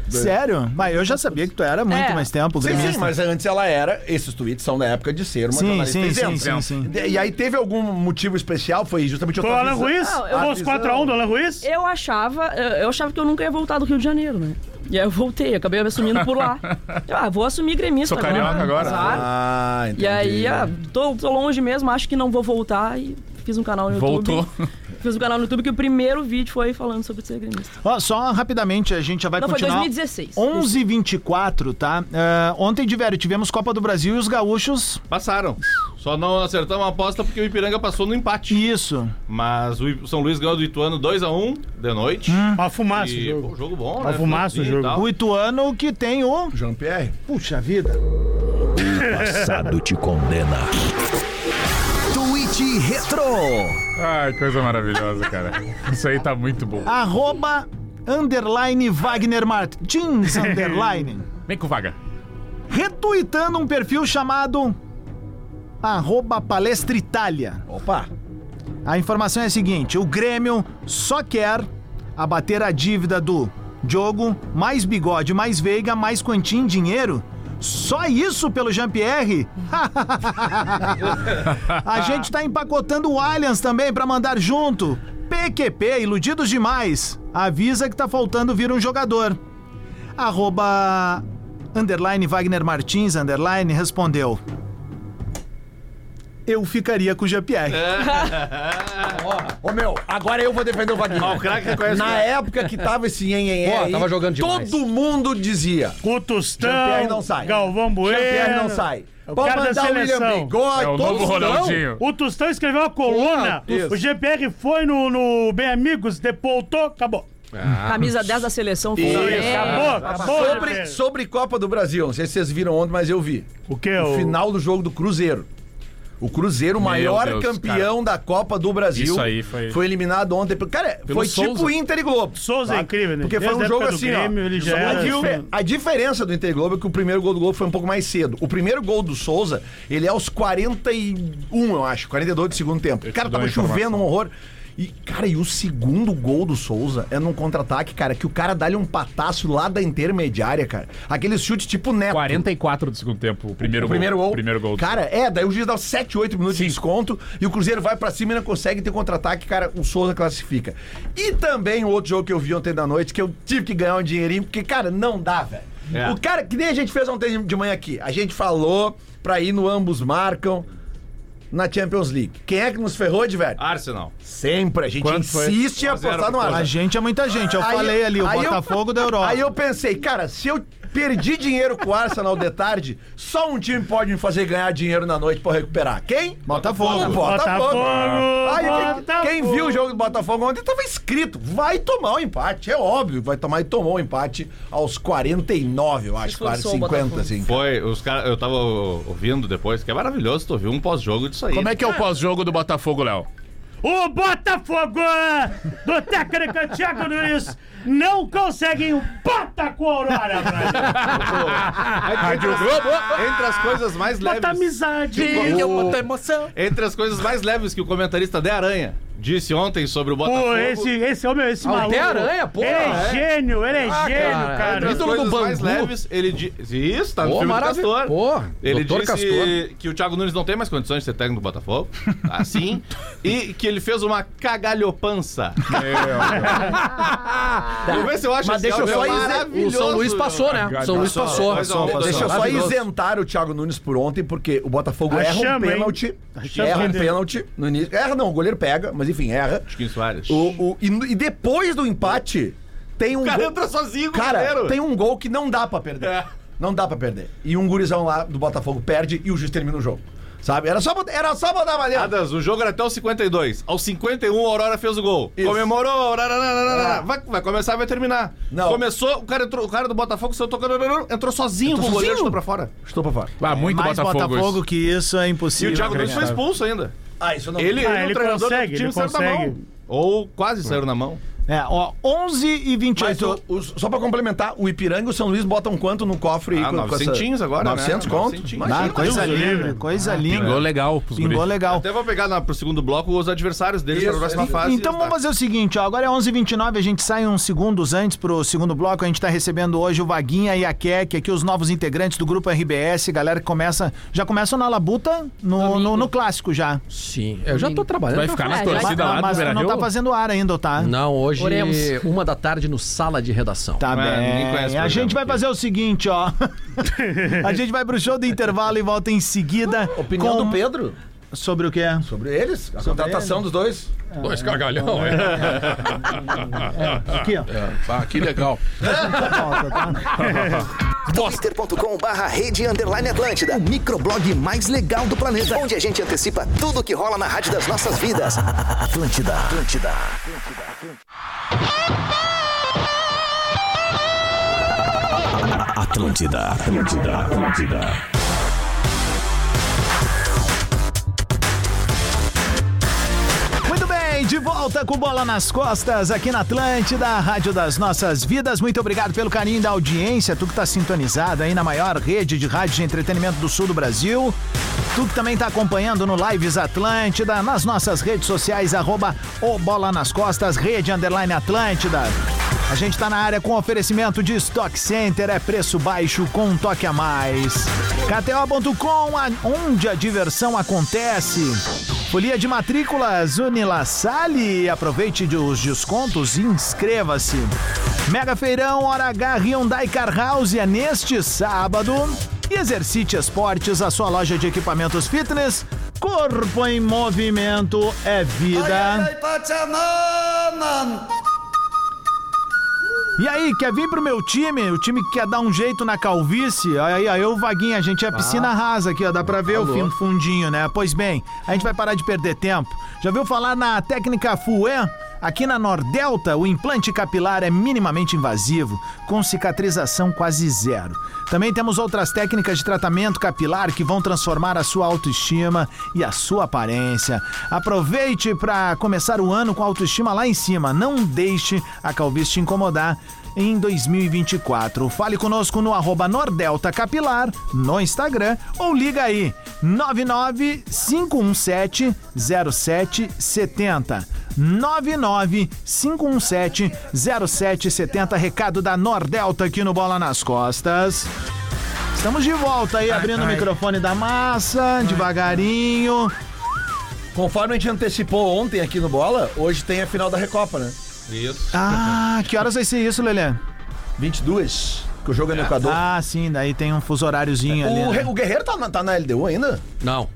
C: Sério? Mas eu já sabia que tu era há muito
G: É.
C: mais tempo,
E: Sim,
C: gremista.
E: sim, mas antes ela era. Esses tweets são da época de ser uma
C: Sim,
E: jornalista
C: sim, sim,
E: isenta.
C: sim, sim.
E: De- E aí teve algum motivo especial? Foi justamente
B: Foi o Alan Ruiz?
G: Não, eu-
B: Ou os 4x1 do Alan Ruiz?
G: Eu achava, eu eu achava que eu nunca ia voltar do Rio de Janeiro, né? E aí eu voltei, acabei me assumindo por lá. Eu, ah, vou assumir gremista
F: Sou carioca agora.
G: azar.
E: Ah, entendi.
G: E aí, ah, tô, tô longe mesmo, acho que não vou voltar e fiz um canal no
D: Voltou.
G: YouTube. Fiz um canal no YouTube que o primeiro vídeo foi falando sobre ser gremista.
C: Ó, só rapidamente, a gente já vai
G: Não, foi
C: continuar.
G: 2016.
C: 11 h 24 tá? É, ontem, Diverio, tivemos Copa do Brasil e os gaúchos.
D: Passaram. Só não acertamos a aposta porque o Ipiranga passou no empate.
C: Isso.
D: Mas o I- São Luís ganhou do Ituano 2x1 de noite.
B: Uma fumaça o
D: E,
B: jogo.
D: pô, jogo bom,
B: Uma
D: né?
B: fumaça o
D: Finalzinho e
B: jogo.
D: tal.
C: O Ituano que tem o.
E: Jean-Pierre.
C: Puxa vida.
A: O passado te condena.
J: Twitch Retro.
I: Ai, coisa maravilhosa, cara. Isso aí tá muito bom.
C: Arroba underline Wagner Martins underline.
I: Vem com vaga.
C: Retuitando um perfil chamado arroba palestra Itália.
E: Opa.
C: A informação é a seguinte: o Grêmio só quer abater a dívida do Diogo, mais bigode, mais veiga, mais quantia em dinheiro. Só isso pelo Jean-Pierre? a gente tá empacotando o Allianz também pra mandar junto. PQP, iludidos demais. Avisa que tá faltando vir um jogador. Arroba underline Wagner Martins, underline, respondeu. Eu ficaria com o Jean-Pierre.
E: Ô meu, agora eu vou defender o Vaguinho.
D: Ah, o craque reconhece
E: Na época que tava esse nhenhenhé
H: Pô,
E: aí,
H: tava jogando demais.
E: Todo mundo dizia. Jean-Pierre
B: Cutustão,
E: não sai.
B: Então, Galvão Bueno.
E: Jean-Pierre não sai.
B: O
E: Pode
B: cara da
E: mandar o William
B: seleção.
E: Bigode,
I: É o
E: todos
I: novo
E: não.
I: Ronaldinho.
B: O Tostão escreveu uma coluna.
E: Isso.
B: o GPR foi no, no Bem Amigos, depoltou, acabou.
G: Camisa 10 da seleção. foi
B: Acabou, acabou.
E: Sobre,
B: GPR.
E: sobre Copa do Brasil, não sei se vocês viram ontem, mas eu vi.
B: O que?
E: O final do jogo do Cruzeiro. O Cruzeiro, o maior
I: Deus,
E: campeão da Copa do Brasil.
I: Isso aí foi-
E: Foi eliminado ontem. pelo- Cara, foi tipo
H: Souza.
E: Inter e Globo.
B: Souza é
E: tá?
B: incrível, né?
E: Porque foi
B: Desde
E: um
B: a
E: jogo
B: época do
E: assim,
B: Grêmio,
E: ó.
B: ele já
E: a,
B: era
E: dife-
B: assim.
E: a diferença do Inter e Globo é que o primeiro gol do Globo foi um pouco mais cedo. O primeiro gol do Souza, ele é aos 41, eu acho, 42 do segundo tempo. Cara,
I: dou
E: tava
I: a informação.
E: chovendo um horror. E, cara, e o segundo gol do Souza é num contra-ataque, cara, que o cara dá-lhe um pataço lá da intermediária, cara. Aquele chute tipo Neto.
I: 44 do segundo tempo, o primeiro
E: O primeiro gol.
I: Primeiro gol.
E: Cara, é, daí o juiz dá 7, 8 minutos de desconto e o Cruzeiro vai pra cima e não consegue ter contra-ataque, cara, o Souza classifica. E também o outro jogo que eu vi ontem da noite, que eu tive que ganhar um dinheirinho, porque, cara, não dá, velho.
D: É.
E: O cara, que nem a gente fez ontem de manhã aqui, a gente falou pra ir no ambos marcam na Champions League. Quem é que nos ferrou de velho?
D: Arsenal.
E: Sempre, a gente
I: Quanto foi?
E: insiste em
D: Um a zero
E: apostar no
D: pro
E: Arsenal.
C: A gente é muita gente. Eu
E: Aí-
C: falei ali, o
E: aí eu-
C: Botafogo da Europa.
E: Aí eu pensei, cara, se eu perdi dinheiro com o Arsenal de tarde, só um time pode me fazer ganhar dinheiro na noite pra eu recuperar. Quem? Botafogo. Botafogo. Aí, quem-
B: Botafogo.
E: quem, viu o jogo do Botafogo ontem tava escrito, vai tomar o empate. É óbvio que vai tomar e tomou o empate aos 49, eu acho,
G: Esforçou
E: 40,
G: o
E: 50,
G: Botafogo.
E: assim.
D: Foi, os caras, eu tava ouvindo depois, que é maravilhoso tu ouvir um pós-jogo disso aí.
I: Como é que é o pós-jogo do Botafogo, Léo?
B: O Botafogo do técnico Thiago Nunes não consegue empata com a Aurora, velho.
D: Rádio Globo! Entre as coisas mais
B: Bota
D: leves.
B: amizade.
H: emoção.
D: Entre as coisas mais leves que o comentarista de Aranha disse ontem sobre o Botafogo.
B: Pô, esse, esse homem, é esse
H: o
B: maluco.
H: Té Aranha, porra,
B: Ele é
H: é.
B: gênio, ele é
H: Ah,
B: gênio,
H: cara,
D: Entre
B: cara.
D: as
H: ídolo do
D: coisas mais
H: Bangu.
D: leves, ele disse. Isso, tá no
H: Pô,
D: filme do
H: maravilhoso.
D: Castor.
H: Pô,
D: ele
H: Dr.
D: disse
H: Castor.
D: que o Thiago Nunes não tem mais condições de ser técnico do Botafogo. Assim. e que ele fez uma cagalhopança. Vou ver se eu acho
E: Mas
D: esse
E: deixa eu
D: áudio é
E: só dizer,
H: O
D: maravilhoso.
H: São Luís passou, né? O São Luís passou.
D: Passou, passou.
E: Deixa eu só
H: Maravilhoso.
E: isentar o Thiago Nunes por ontem, porque o Botafogo
B: Achamos,
E: erra um
B: hein?
E: pênalti.
B: Achamos
E: Erra um
B: que deu.
E: pênalti no início. Erra não, o goleiro pega, mas enfim, erra.
D: Chiquinho Soares.
E: O, o- e, no- e depois do empate, tem um
D: cara
E: gol.
D: entra sozinho com
E: Cara,
D: o goleiro.
E: tem um gol que não dá pra perder.
D: É.
E: Não dá pra perder. E um gurizão lá do Botafogo perde e o juiz termina o jogo. Sabe? Era só, bot- era só botar valendo.
D: Adas, o jogo era até os 52. Aos 51, a Aurora fez um, o gol.
E: Isso. Ah.
D: Comemorou. rarararara. Vai, vai começar, vai terminar.
E: Não.
D: Começou, o cara, entrou, o cara do Botafogo saiu tocando. Entrou sozinho com o goleiro chutou pra fora.
E: Estou pra fora.
I: Ah, muito
C: É, Mais
I: Botafogo.
C: Botafogo,
I: isso.
C: que isso é
D: E
C: impossível.
D: o Thiago Nunes foi
C: acreditar.
D: expulso ainda.
E: Ah, isso eu não
D: Ele,
B: Ah,
D: ele,
B: ele
D: o treinador
B: consegue,
D: do time
B: ele
D: saiu na
B: consegue.
D: mão. Ou quase saiu na mão.
C: É, ó, 11 e
E: Mas
C: 28.
E: o- os- só pra complementar, o Ipiranga e o São Luís botam quanto no cofre? aí
D: Ah,
E: com- com essa-
D: 900 agora, né?
E: 900 conto?
D: 900.
E: Imagina.
C: Ah, coisa
B: Deus
C: linda,
B: livre.
C: coisa linda.
I: Pingou legal pros
C: Pingou
I: guris.
C: legal.
D: Até vou pegar na, pro segundo bloco os adversários deles
E: Isso,
D: pra próxima
E: isso.
D: fase.
C: Então vamos fazer o seguinte, ó, agora é 11h29, a gente sai uns segundos antes pro segundo bloco, a gente tá recebendo hoje o Vaguinha e a Kek, aqui os novos integrantes do Grupo RBS, galera que começa, já começam na labuta, no, no, no clássico já.
H: Sim, eu já tô trabalhando.
I: Vai
H: pra
I: ficar
H: falar.
I: na
G: É, já-
I: torcida lá do
C: Mas
I: Beira
C: não tá
I: Rio?
C: fazendo ar ainda, tá?
H: Não, hoje,
G: Oremos.
H: uma da tarde no Sala de Redação.
C: Tá
D: Não é, ninguém conhece o
C: bem. A
D: programa
C: gente vai
D: aqui.
C: fazer o seguinte, ó. a gente vai pro show do intervalo e volta em seguida.
E: Opinião
C: com...
E: do Pedro?
C: Sobre o que é?
E: Sobre eles? A
C: Sobre
E: contratação
C: eles.
E: dos dois?
K: Dois
C: assim,
I: né?
K: cagalhão, é.
C: Aqui, ó. tá?
K: Ah, que legal.
J: twitter.com barra rede underline Atlântida, o microblog mais legal do planeta, onde a gente antecipa tudo que rola na rádio das nossas vidas. Atlântida, Atlântida.
A: Atlântida, Atlântida, Atlântida.
C: Muito bem, de volta com bola nas costas aqui na Atlântida, a Rádio das Nossas Vidas. Muito obrigado pelo carinho da audiência, tu que tá sintonizado aí na maior rede de rádio de entretenimento do sul do Brasil. Tu que também tá acompanhando no Lives Atlântida, nas nossas redes sociais, arroba o Bola nas Costas, rede underline Atlântida. A gente tá na área com oferecimento de Stock Center, é preço baixo com um toque a mais. KTO.com, a- onde a diversão acontece. Folia de matrículas Unilassale. Aproveite de- os descontos e inscreva-se. Mega Feirão Hora H Hyundai Car House é neste sábado. E Exercite Esportes, a sua loja de equipamentos fitness. Corpo em movimento é vida. E aí, quer vir pro meu time? O time que quer dar um jeito na calvície? Aí, aí, o Vaguinha, a gente é piscina rasa aqui, ó. Dá pra ver o fim- fundinho, né? Pois bem, a gente vai parar de perder tempo. Já viu falar na técnica Fuen? Aqui na Nordelta, o implante capilar é minimamente invasivo, com cicatrização quase zero. Também temos outras técnicas de tratamento capilar que vão transformar a sua autoestima e a sua aparência. Aproveite para começar o ano com a autoestima lá em cima. Não deixe a calvície te incomodar em 2024. Fale conosco no arroba Nordelta Capilar, no Instagram, ou liga aí 995170770. 995170770. Recado da Nordelta aqui no Bola nas Costas. Estamos de volta aí, abrindo o microfone da massa, devagarinho.
E: Conforme a gente antecipou ontem aqui no Bola, hoje tem a final da Recopa, né?
D: Isso.
C: Ah, que horas vai ser isso, Lelê?
E: 22, que o jogo é no Equador.
C: Ah, sim, daí tem um fuso horáriozinho ali.
E: o,
C: né?
E: Re- o Guerreiro tá na, tá na LDU ainda?
H: Não.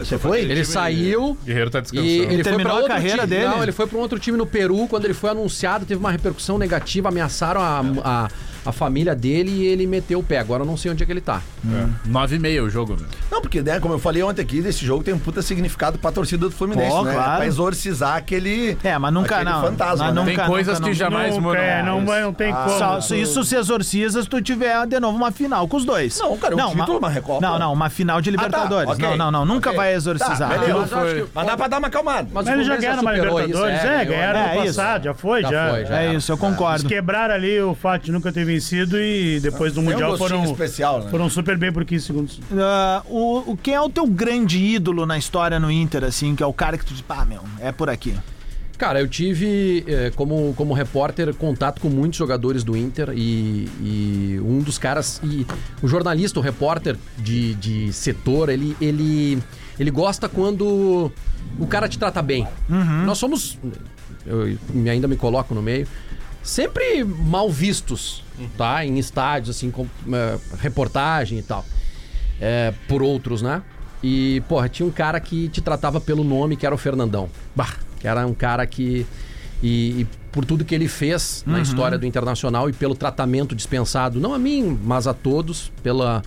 E: Você foi?
H: Ele saiu.
I: Guerreiro tá
H: E
I: descansando.
H: ele foi
C: Terminou
H: pra
C: a
H: outro
C: carreira
H: time.
C: dele?
H: Não, ele foi pra um outro time no Peru. Quando ele foi anunciado, teve uma repercussão negativa. Ameaçaram a, a, a família dele e ele meteu o pé. Agora eu não sei onde é que ele tá.
I: É.
C: né?
I: Nove e meia o jogo, meu.
E: Não, porque, né, como eu falei ontem aqui, esse jogo tem um puta significado pra torcida do Fluminense,
C: Pô,
E: né?
C: claro.
E: Pra exorcizar aquele.
C: É, mas nunca
E: aquele
C: não.
E: fantasma,
C: Mas
E: né? Ah,
I: Tem
C: nunca,
I: coisas
C: nunca,
I: que
C: nunca.
I: jamais
B: Nunca,
I: mudam.
B: é, não, vai- não tem como.
C: Só- se isso se exorciza se tu tiver de novo uma final com os dois.
E: Não, cara, um título,
C: uma
E: uma Recopa. Ah, tá,
C: Não, não, uma final de Libertadores.
E: ok.
C: Não, não, não, nunca
E: Ok.
C: vai exorcizar.
E: Tá, beleza.
C: Aquilo-
H: Mas eu acho que-
E: Mas dá pra dar uma calmada.
H: Mas o
B: Mas eles já
H: Fluminense
B: ganharam uma
H: superou isso,
B: Libertadores, é, ganharam
C: é
B: ano
C: isso.
B: passado, já foi, já.
H: Já foi, já.
C: É isso, eu
B: Eles
C: concordo.
B: quebraram ali o fato de nunca ter vencido e depois do
E: Tem um
B: Mundial
E: gostinho
B: foram,
E: especial, né?
B: foram super bem por 15 segundos.
C: Ah, o, o- quem é o teu grande ídolo na história no Inter, assim, que é o cara que tu diz, pá, meu, é por aqui.
H: Cara, eu tive, eh, como, como repórter, contato com muitos jogadores do Inter e, e um dos caras, e o jornalista, o repórter de, de setor, ele, ele, ele gosta quando o cara te trata bem. Nós somos, eu me- ainda me coloco no meio, sempre mal vistos, tá? Em estádios, assim, com eh, reportagem e tal é, por outros, né? E, porra, tinha um cara que te tratava pelo nome, que era o Fernandão. Bah, que era um cara que. E, e por tudo que ele fez
C: Uhum.
H: na história do Internacional e pelo tratamento dispensado, não a mim, mas a todos, pela,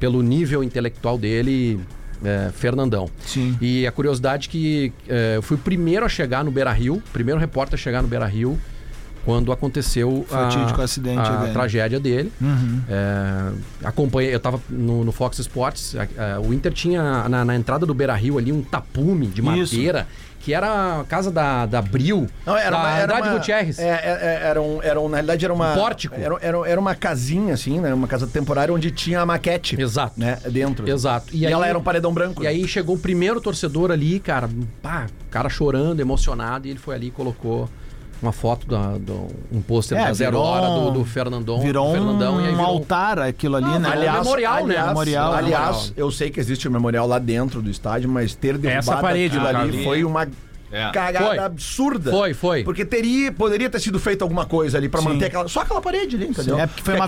H: pelo nível intelectual dele, é, Fernandão.
C: Sim.
H: E a curiosidade que é, eu fui o primeiro a chegar no Beira Rio, primeiro repórter a chegar no Beira Rio, quando aconteceu
C: Fatídico
H: a,
C: acidente
H: a
C: dele.
H: tragédia dele.
E: Uhum.
H: É, acompanhei, eu tava no, no Fox Sports, a- a- o Inter tinha na, na entrada do Beira Rio ali um tapume de
C: Isso.
H: madeira, que era a casa da, da Bril,
E: Não, era
H: da
E: uma, era
H: Tá, Andrade
E: uma-
H: Gutierrez.
E: É, é, é, era um, era um- na realidade era uma...
H: Um pórtico.
E: Era, era, era uma casinha, assim, né? Uma casa temporária onde tinha a maquete.
H: Exato.
E: Né? Dentro.
H: Exato.
E: E, ela era um paredão branco.
H: E aí chegou o primeiro torcedor ali, cara, pá, o cara chorando, emocionado, e ele foi ali e colocou uma foto da, do, um pôster
C: É,
H: da Zero
C: virou
H: Hora do,
C: um-
H: do Fernandão.
C: Virou
H: do Fernandão,
C: um,
H: e aí virou
C: altar aquilo ali, né?
H: virou um memorial, né?
E: aliás,
C: Memorial.
E: aliás,
H: Memorial.
E: eu sei que existe um memorial lá dentro do estádio, mas ter derrubado
I: parede,
E: aquilo
I: no
E: ali
I: caso.
E: foi uma
D: É.
E: cagada
D: Foi.
E: absurda.
D: Foi,
H: foi.
E: Porque teria, poderia ter sido feito alguma coisa ali pra
H: Sim.
E: manter aquela, só aquela parede ali, entendeu?
H: Sim.
E: Aquilo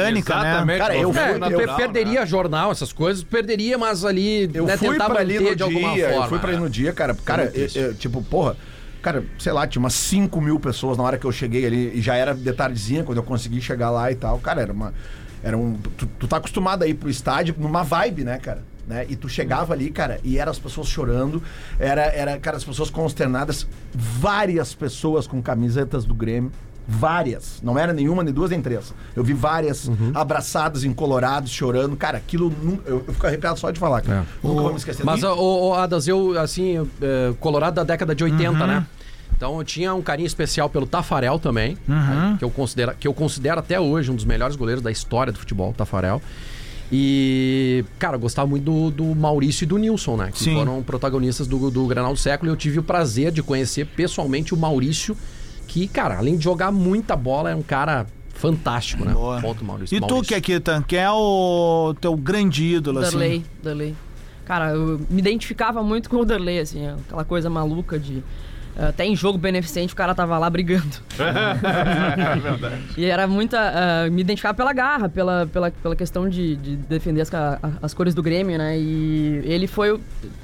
E: ali- Cara, eu fui,
H: É,
E: eu-
D: né?
H: perderia jornal, essas coisas, perderia, mas ali
E: né? Eu
H: né,
E: fui
H: tentar
E: pra ali
H: manter
E: no
H: de alguma
E: dia,
H: forma. né?
E: eu fui pra ali no dia, cara. Cara,
H: muito isso.
E: eu- eu, tipo, porra. Cara, sei lá, tinha umas 5 mil pessoas na hora que eu cheguei ali. E já era de tardezinha, quando eu consegui chegar lá e tal. Cara, era uma... Era um, tu, tu tá acostumado a ir pro estádio numa vibe, né, cara? Né? E tu chegava ali, cara, e era as pessoas chorando, era, era, cara, as pessoas consternadas, várias pessoas com camisetas do Grêmio, várias, não era nenhuma, nem duas, nem três. Eu vi várias abraçadas em colorados, chorando, cara, aquilo, nu- eu, eu fico arrepiado só de falar, cara. Nunca vou me esquecer
H: Mas,
E: disso.
H: o, Adas, eu, assim, eh, Colorado da década de 80,
E: Uhum.
H: né? Então eu tinha um carinho especial pelo Tafarel também,
C: Uhum.
H: né? que, eu considero, que eu considero até hoje um dos melhores goleiros da história do futebol, o Tafarel. E, cara, eu gostava muito do, do Maurício e do Nilson, né? Que
C: Sim.
H: foram protagonistas do, do Granal do Século. E eu tive o prazer de conhecer pessoalmente o Maurício, que, cara, além de jogar muita bola, é um cara fantástico, né? Ponto, Maurício.
C: É. E tu,
H: Maurício.
C: que aqui, que é o teu grande ídolo,
G: Darley,
C: assim.
G: Darley. Cara, eu me identificava muito com o Darley, assim, aquela coisa maluca de. eh, Até em jogo beneficente o cara tava lá brigando.
D: é verdade.
G: E era muita. ah, me identificava pela garra, pela, pela, pela questão de, de defender as, ca- as cores do Grêmio, né? E ele foi. o-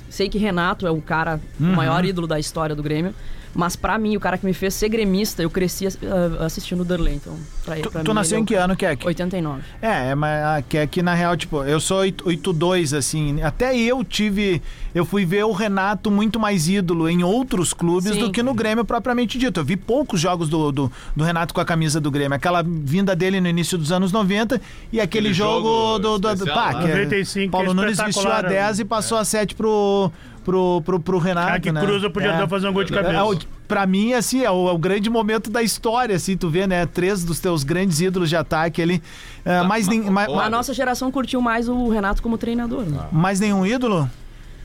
G: Sei que Renato é o cara,
L: Uhum.
G: o maior ídolo da história do Grêmio. Mas pra mim, o cara que me fez ser gremista, eu cresci ah, assistindo o Derlei. Então, pra,
C: Tu,
G: pra
C: tu
G: mim,
C: nasceu
G: ele é
C: em
G: o-
C: que ano, Keck?
G: 89.
C: É, é, mas ah, que aqui na real, tipo, eu sou 8- 82, assim. Até eu tive. Eu fui ver o Renato muito mais ídolo em outros clubes
G: Sim.
C: do que no Grêmio propriamente dito. Eu vi poucos jogos do, do, do Renato com a camisa do Grêmio. Aquela vinda dele no início dos anos 90 e aquele,
B: Aquele
C: jogo,
B: jogo
C: do. do, do
B: especial
C: pá,
B: lá.
C: que é-
B: 95,
C: Paulo
B: que é
C: Nunes vestiu a
B: espetacular, né?
C: 10 e passou a 7 pro. Pro, pro, pro Renato.
B: que
C: né?
B: cruza podia até fazer um gol de
C: É,
B: cabeça.
C: é o- Pra mim, assim, é o, é o grande momento da história, assim, tu vê, né? Três dos teus grandes ídolos de ataque ali. É,
B: Tá,
C: mais, nem, ma-
G: Mas
C: ma-
G: a nossa geração curtiu mais o Renato como treinador, né?
C: mais nenhum ídolo?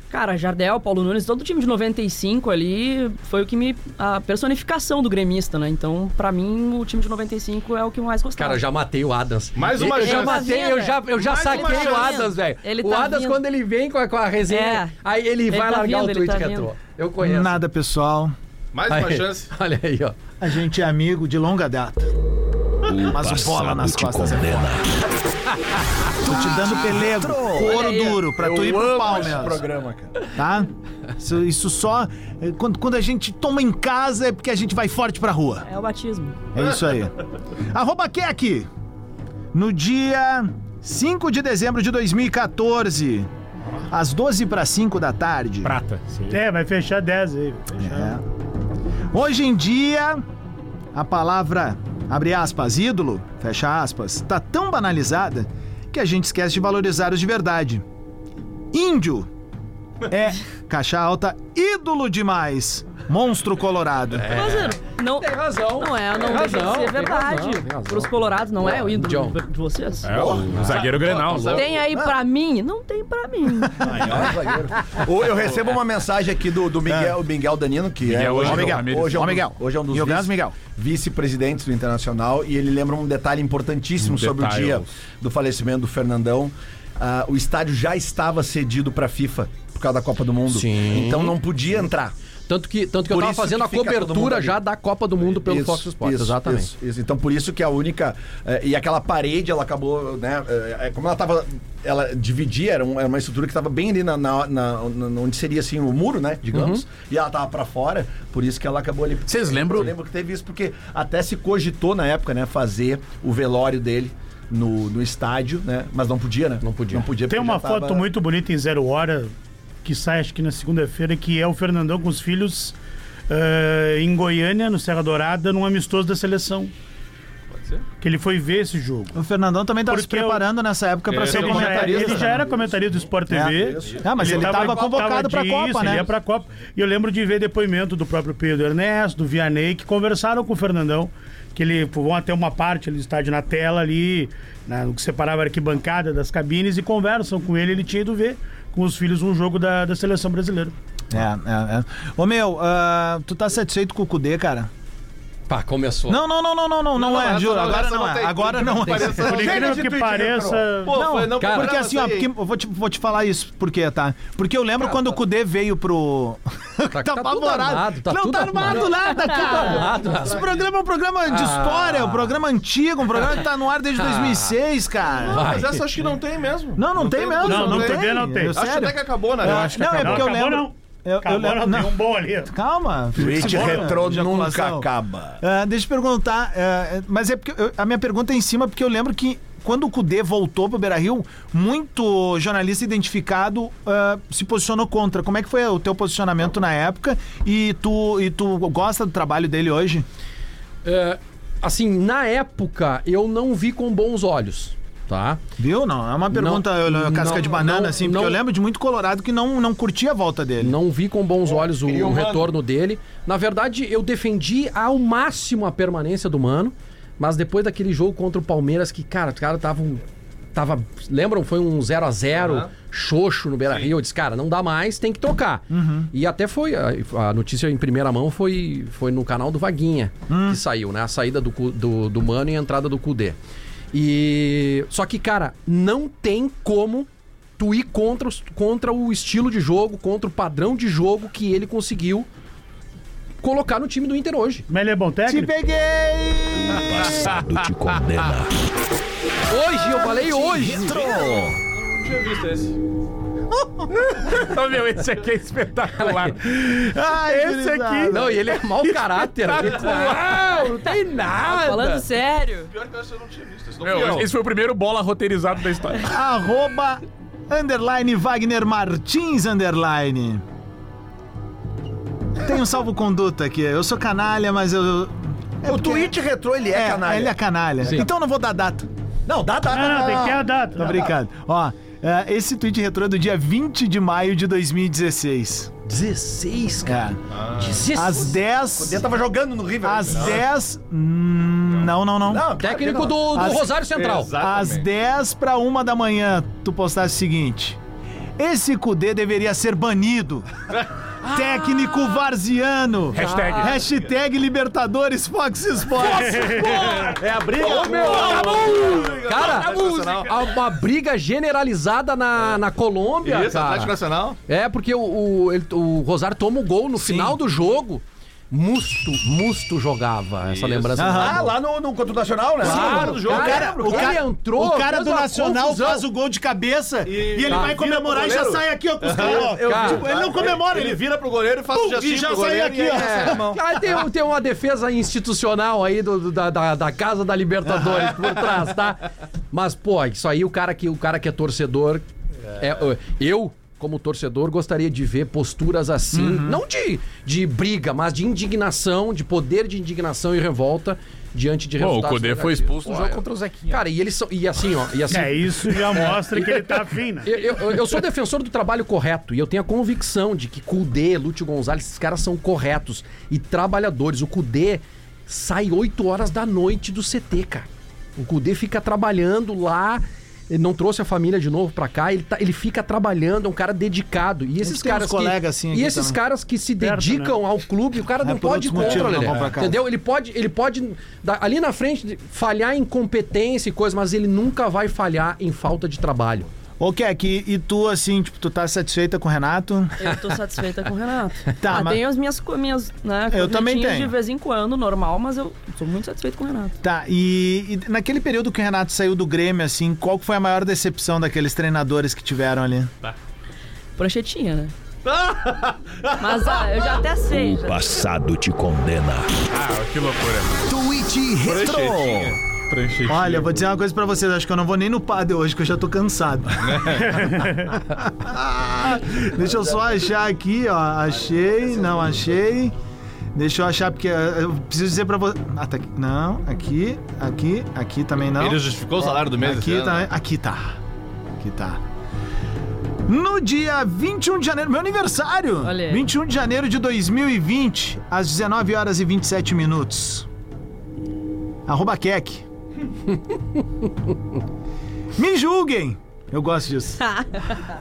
G: Cara, Jardel, Paulo Nunes, todo o time de 95 ali foi o que me. a personificação do gremista, né? Então, pra mim, o time de 95 é o que eu mais gostava.
H: Cara, eu já matei o Adams.
G: Mais uma
H: eu já
G: chance.
H: matei, eu já, eu já
G: Mais uma
H: saquei
G: chance.
H: o Adams, velho.
G: Ele
H: o
G: tá
H: Adams,
G: vindo.
H: quando ele vem com a, com a resenha,
G: É.
H: aí ele,
G: Ele
H: vai
G: tá
H: largar
G: vindo,
H: o
G: ele
H: tweet
G: tá
H: retrô.
G: vindo.
H: Eu conheço.
C: Nada, pessoal.
D: Mais uma chance.
H: Olha aí, ó.
C: A gente é amigo de longa data. Mas o bola nas costas é foda. Tô te dando pelego,
E: Olha aí,
C: ouro duro, pra tu
E: eu
C: ir pro
E: amo
C: pau
E: esse
C: mesmo.
E: programa, cara.
C: Tá? Isso, isso só. é, Quando, quando a gente toma em casa é porque a gente vai forte pra rua.
G: É o batismo.
C: É isso aí. Arroba Kek. No dia 5 de dezembro de 2014, às 12 para 5 da tarde. Prata.
B: É, vai fechar 10 aí.
C: Hoje em dia, a palavra, abre aspas, ídolo, fecha aspas, tá tão banalizada que a gente esquece de valorizar os de verdade. Índio é, caixa alta, ídolo demais, monstro colorado.
B: É.
H: É.
G: Mas, Zero, não, tem razão. Não é, não
H: Tem
G: deixa
H: razão,
G: de
H: tem
G: ser verdade.
H: razão, tem razão.
G: Pros colorados, não é o ídolo
H: John.
G: de- de vocês?
I: É, o zagueiro Grenal.
G: Tem aí pra mim? Não tem pra mim.
E: Ou eu recebo uma mensagem aqui do, do Miguel, o Miguel Danino, que é
C: Miguel
E: hoje,
C: Ângelo
E: Miguel,
C: Ramírez.
E: hoje, é um
C: Ó,
E: dos-
C: Miguel.
E: hoje é um dos
C: Miguel,
E: vice-
C: Miguel.
E: vice-presidentes do Internacional e ele lembra um detalhe importantíssimo sobre o
I: Detalhes.
E: dia do falecimento do Fernandão. Ah, o estádio já estava cedido para a FIFA por causa da Copa do Mundo.
H: Sim.
E: Então não podia entrar.
H: Tanto que, tanto que eu tava fazendo a cobertura já da Copa do Mundo pelo Fox Sports. exatamente.
E: isso, isso. Então, por isso que a única. eh, e aquela parede, ela acabou, né? eh, eh, como ela tava. Ela dividia, era, um- era uma estrutura que estava bem ali na, na- na- na- onde seria assim o muro, né? Digamos.
I: Uhum.
E: E ela tava pra fora, por isso que ela acabou ali. Vocês lembram? Eu lembro que teve isso, porque até se cogitou na época, né? Fazer o velório dele. No, no estádio, né? Mas não podia, né? Não podia. Não podia
B: Tem
E: porque
B: uma
E: já tava-
B: foto muito bonita em Zero Hora, que sai acho que na segunda-feira, que é o Fernandão com os filhos eh, em Goiânia, no Serra Dourada, num amistoso da seleção. Pode
D: ser?
B: Que ele foi ver esse jogo.
C: O Fernandão também tava se
B: Porque eu-
C: preparando nessa época pra ser
B: ele já, era,
C: é comentarista. né?
B: ele já era comentarista do Sport
C: É,
B: TV.
C: isso. Ah, mas ele tava convocado pra
B: disso,
C: Copa, né?
B: Ele ia pra Copa. E eu lembro de ver depoimento do próprio Pedro Ernesto, do Vianney, que conversaram com o Fernandão. Que ele pô, vão até uma parte ali do estádio na tela ali, na, no que separava a arquibancada das cabines, e conversam com ele. Ele tinha ido ver com os filhos um jogo da, da seleção brasileira.
C: É, é, é. Ô meu, ah, tu tá satisfeito com o Cudê, cara?
H: Pá, começou.
C: Não, não, não, não, não, não, não é,
H: essa
C: juro.
H: não,
C: Agora
H: essa
C: não
H: não
C: é.
H: tem.
C: Agora não
H: Por
C: é.
H: incrível
B: que pareça-
C: Não,
D: Pô, foi- não,
C: cara, porque
D: programa
C: assim, ó,
D: isso aí,
C: porque, eu vou te, vou te falar isso, porque, tá? Porque eu lembro quando o Cudê veio pro. tá,
H: tudo armado, tá
C: não
H: tudo
C: tá armado
H: armado.
C: nada, cara.
H: Tudo armado.
C: Esse programa é um programa de
H: Ah.
C: história, um programa antigo, um programa que tá no ar desde
H: Ah.
C: 2006, cara.
D: Não, mas essa eu acho que não tem mesmo.
C: Não, não, tem, mesmo.
B: não, no Cudê não tem.
C: Eu,
D: Acho
C: sério.
D: até que acabou, né?
C: É,
D: Eu acho que
C: não, é
B: acabou.
C: porque eu
B: Não, acabou
C: lembro.
B: não.
C: Eu, eu
B: Acabou
C: lembro.
B: não, tem
C: Não,
B: um bom ali.
C: Calma.
E: Twitch
C: Acabou, né?
E: retrô nunca
C: Ejaculação.
E: acaba.
C: Ah, deixa eu perguntar, ah, mas é porque eu- a minha pergunta é em cima, porque eu lembro que quando o Cudê voltou pro Beira Rio, muito jornalista identificado ah, se posicionou contra. Como é que foi o teu posicionamento na época? E tu, e tu gosta do trabalho dele hoje?
H: É, assim, na época, eu não vi com bons olhos, tá?
C: Viu? Não, é uma pergunta
H: Não,
C: eu- casca
H: não,
C: de banana,
H: não,
C: assim, porque
H: não.
C: eu lembro de muito colorado que não, não curtia a volta dele.
H: Não vi com bons olhos o,
E: queria o
H: o
E: Mano.
H: retorno dele. Na verdade, eu defendi ao máximo a permanência do Mano, mas depois daquele jogo contra o Palmeiras, que, cara, os caras tava, um- tava. Lembram? Foi um 0 a 0 xoxo no Beira Rio. Eu disse, cara, não dá mais, tem que trocar.
E: Uhum.
H: E até foi. A, a notícia em primeira mão foi, foi no canal do Vaguinha,
E: Hum.
H: que saiu, né? A saída do, Cu- do, do Mano e a entrada do Cudê. E. Só que, cara, não tem como tu ir contra, os- contra o estilo de jogo, contra o padrão de jogo que ele conseguiu colocar no time do Inter hoje.
B: Mas ele é bom
C: Te
B: técnico?
C: peguei!
A: O passado te condena.
H: Hoje, eu falei hoje.
I: Ô, meu, esse aqui é espetacular.
C: Ai,
I: Esse aqui-
H: Não, e ele é mau caráter. né?
I: Uau, não tem nada.
G: Falando sério.
D: Pior que eu acho que eu não tinha visto. Isso não fui
I: Meu,
D: eu.
I: esse foi o primeiro bola roteirizado da história.
C: Arroba underline Wagner Martins underline. Tem um salvo-conduto aqui. Eu sou canalha, mas eu. É
E: O
C: porque-
E: Twitch retrô, ele é,
C: é,
E: canalha.
C: ele é canalha. Então eu não vou dar data.
E: Não, dá, dá,
B: Não,
E: dá,
B: não,
E: dá,
B: Ah, tem que ter
E: dá.
B: a data.
C: Tô brincando. Ó, é, esse tweet retrô é do dia 20 de maio de 2016.
H: 16, cara.
C: É.
H: 16.
C: Às
E: Ele
C: 10.
E: tava jogando no River.
C: Às 10. hum, Não, não, não.
E: tá Não,
H: Técnico do, do
C: As-
H: Rosário Central.
C: Às 10 para 1 da manhã, tu postaste o seguinte: Esse Cudê deveria ser banido. Técnico varziano.
I: Hashtag.
C: Hashtag Libertadores Fox Sports.
E: É a briga.
D: Tá
H: Cara,
C: é
H: há uma briga generalizada na, na Colômbia,
D: Isso, tá
H: cara.
D: Atlético Nacional.
H: É, porque o, o, ele- o Rosário toma o gol no final do jogo. Musto, Musto jogava essa lembrança.
E: Ah, lá no, no contra o Nacional, né?
H: Claro,
E: no
H: cara, o cara entrou,
C: o cara
H: fez
C: do
H: uma
C: Nacional
H: confusão.
C: faz o gol de cabeça e, ele
H: Ah,
C: vai
H: vira
C: comemorar e já sai aqui, ó, com os caras. ó.
H: Cara,
C: Tipo, ele não comemora, ele,
D: Ele vira pro goleiro e faz
C: Pum,
D: o gestinho
C: Uh, e já
D: pro
C: sai
D: goleiro
C: aqui,
D: e
C: ó.
D: aí-
H: Ah, tem, um- tem uma defesa institucional aí do- do- da, da, da Casa da Libertadores por trás, tá? Mas, pô, isso aí o cara que, o cara que é torcedor. é, ó, eu, como torcedor, gostaria de ver posturas assim, não de, de briga, mas de indignação, de poder de indignação e revolta diante de
I: Pô, o
H: resultados.
I: Codê foi
H: negativos.
I: expulso no
H: Pô,
I: jogo
H: eu-
I: contra o Zequinha.
H: Cara, e eles são. E assim, ó. E assim,
B: É, isso já mostra que ele tá afim, né?
H: eu, eu- eu sou defensor do trabalho correto e eu tenho a convicção de que Cudê, Lúcio Gonzalez, esses caras são corretos e trabalhadores. O Cudê sai 8 horas da noite do CT, cara. O Cudê fica trabalhando lá, ele não trouxe a família de novo pra cá, ele, tá- ele fica trabalhando, é um cara dedicado. E esses
C: tem
H: caras
C: uns
H: que,
C: colega assim aqui
H: E esses
C: também.
H: caras que se
B: Perto,
H: dedicam ao clube, o cara não
C: É, por
H: pode ir
C: outros motivos
H: contra,
C: não
H: Lelé.
C: vão pra casa.
H: Entendeu? Ele pode, ele pode da- ali na frente falhar em competência e coisa, mas ele nunca vai falhar em falta de trabalho.
C: Ô, Keck, e, e tu, assim, tipo, tu tá satisfeita com o Renato?
G: Eu tô satisfeita com o Renato.
C: Tá,
G: ah,
C: mas-
G: tenho as minhas, co- minhas né,
C: Eu também
G: cornetinhas
C: tenho.
G: de vez em quando, normal, mas eu sou muito satisfeito com o Renato.
C: Tá, e, e naquele período que o Renato saiu do Grêmio, assim, qual que foi a maior decepção daqueles treinadores que tiveram ali?
G: Pranchetinha, né? mas ah, eu já até sei.
A: O
G: já-
A: passado te condena.
I: Ah, que loucura.
J: Twitch
D: é
J: Retro.
I: Pranchetinha.
C: Olha, eu vou dizer uma coisa pra vocês, acho que eu não vou nem no padre hoje, que eu já tô cansado. Deixa eu só achar aqui, ó. Achei, não achei. Deixa eu achar, porque eh, eu preciso dizer pra vocês. Ah, tá aqui. Não, aqui, aqui, aqui também não.
D: Ele justificou o salário do mês
C: Aqui
D: esse
C: tá,
D: ano.
C: aqui tá. Aqui tá. No dia 21 de janeiro, meu aniversário!
G: Olha aí.
C: 21 de janeiro de 2020, às 19 horas e 27 minutos. Arroba Kek. Me julguem! Eu gosto disso.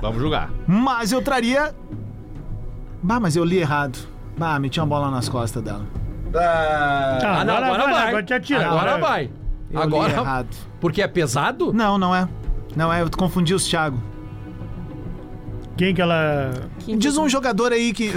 D: Vamos julgar.
C: Mas eu traria. Bah, mas eu li errado. Bah, meti uma bola nas costas dela.
E: Ah,
H: Ah, não, agora, vai.
B: agora te atira.
H: Agora
B: Agora-
H: vai.
C: Eu li
H: agora.
C: errado.
H: Porque é pesado?
C: Não, não é. Não é, eu confundi os Thiago.
B: Quem que ela.
C: Diz um jogador aí que.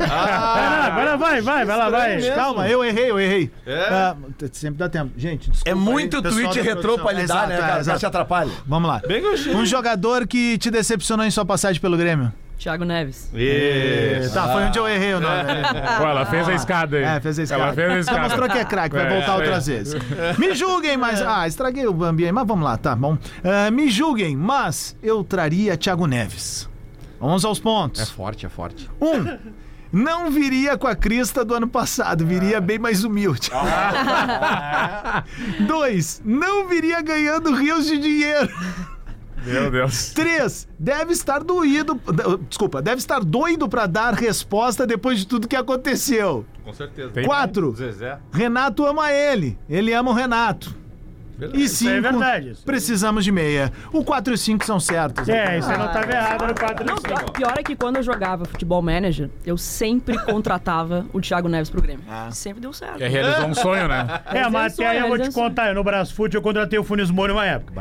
B: Ah, agora vai, vai, vai lá, vai.
C: Calma, eu errei, eu errei.
B: É?
C: Ah, sempre dá tempo. Gente, desculpa.
E: É muito
C: aí, pessoal
E: tweet
C: da
E: retrô
C: produção.
E: pra lidar,
C: Exato,
E: né,
C: é,
E: cara? Pra
C: exato.
E: te atrapalha.
C: Vamos lá.
E: Bem gostei.
C: Um jogador que te decepcionou em sua passagem pelo Grêmio.
G: Thiago Neves.
I: Isso.
C: Tá, foi onde eu errei o nome. né?
I: Pô, ela fez a escada aí.
C: É, fez a escada.
I: Ela fez a escada.
C: Já mostrou que é craque, vai
I: É,
C: voltar
I: foi.
C: outras vezes. Me julguem, mas. Ah, estraguei o ambiente, mas vamos lá, tá bom. Ah, me julguem, mas eu traria Thiago Neves. Vamos aos pontos.
H: É forte, é forte.
C: Um, não viria com a crista do ano passado, viria
B: Ah.
C: bem mais humilde. Dois, não viria ganhando rios de dinheiro.
I: Meu Deus.
C: Três, deve estar doído. Desculpa, deve estar doido pra dar resposta depois de tudo que aconteceu.
D: Com certeza.
C: Tem- Quatro.
D: Zezé.
C: Renato ama ele, ele ama o Renato. E
B: Isso
C: cinco,
B: aí é verdade, isso.
C: precisamos de meia. O 4 e o 5 são certos. né?
B: É, isso aí não tava errado no quadro.
G: Não, pior, pior é que quando eu jogava futebol manager, eu sempre contratava o Thiago Neves pro Grêmio. Sempre deu certo.
I: É, realizou um sonho, né?
B: É, mas
G: Realizou,
B: até aí eu vou te
G: realizou.
B: contar. Eu no Brasfoot eu contratei o Funes Mori uma época.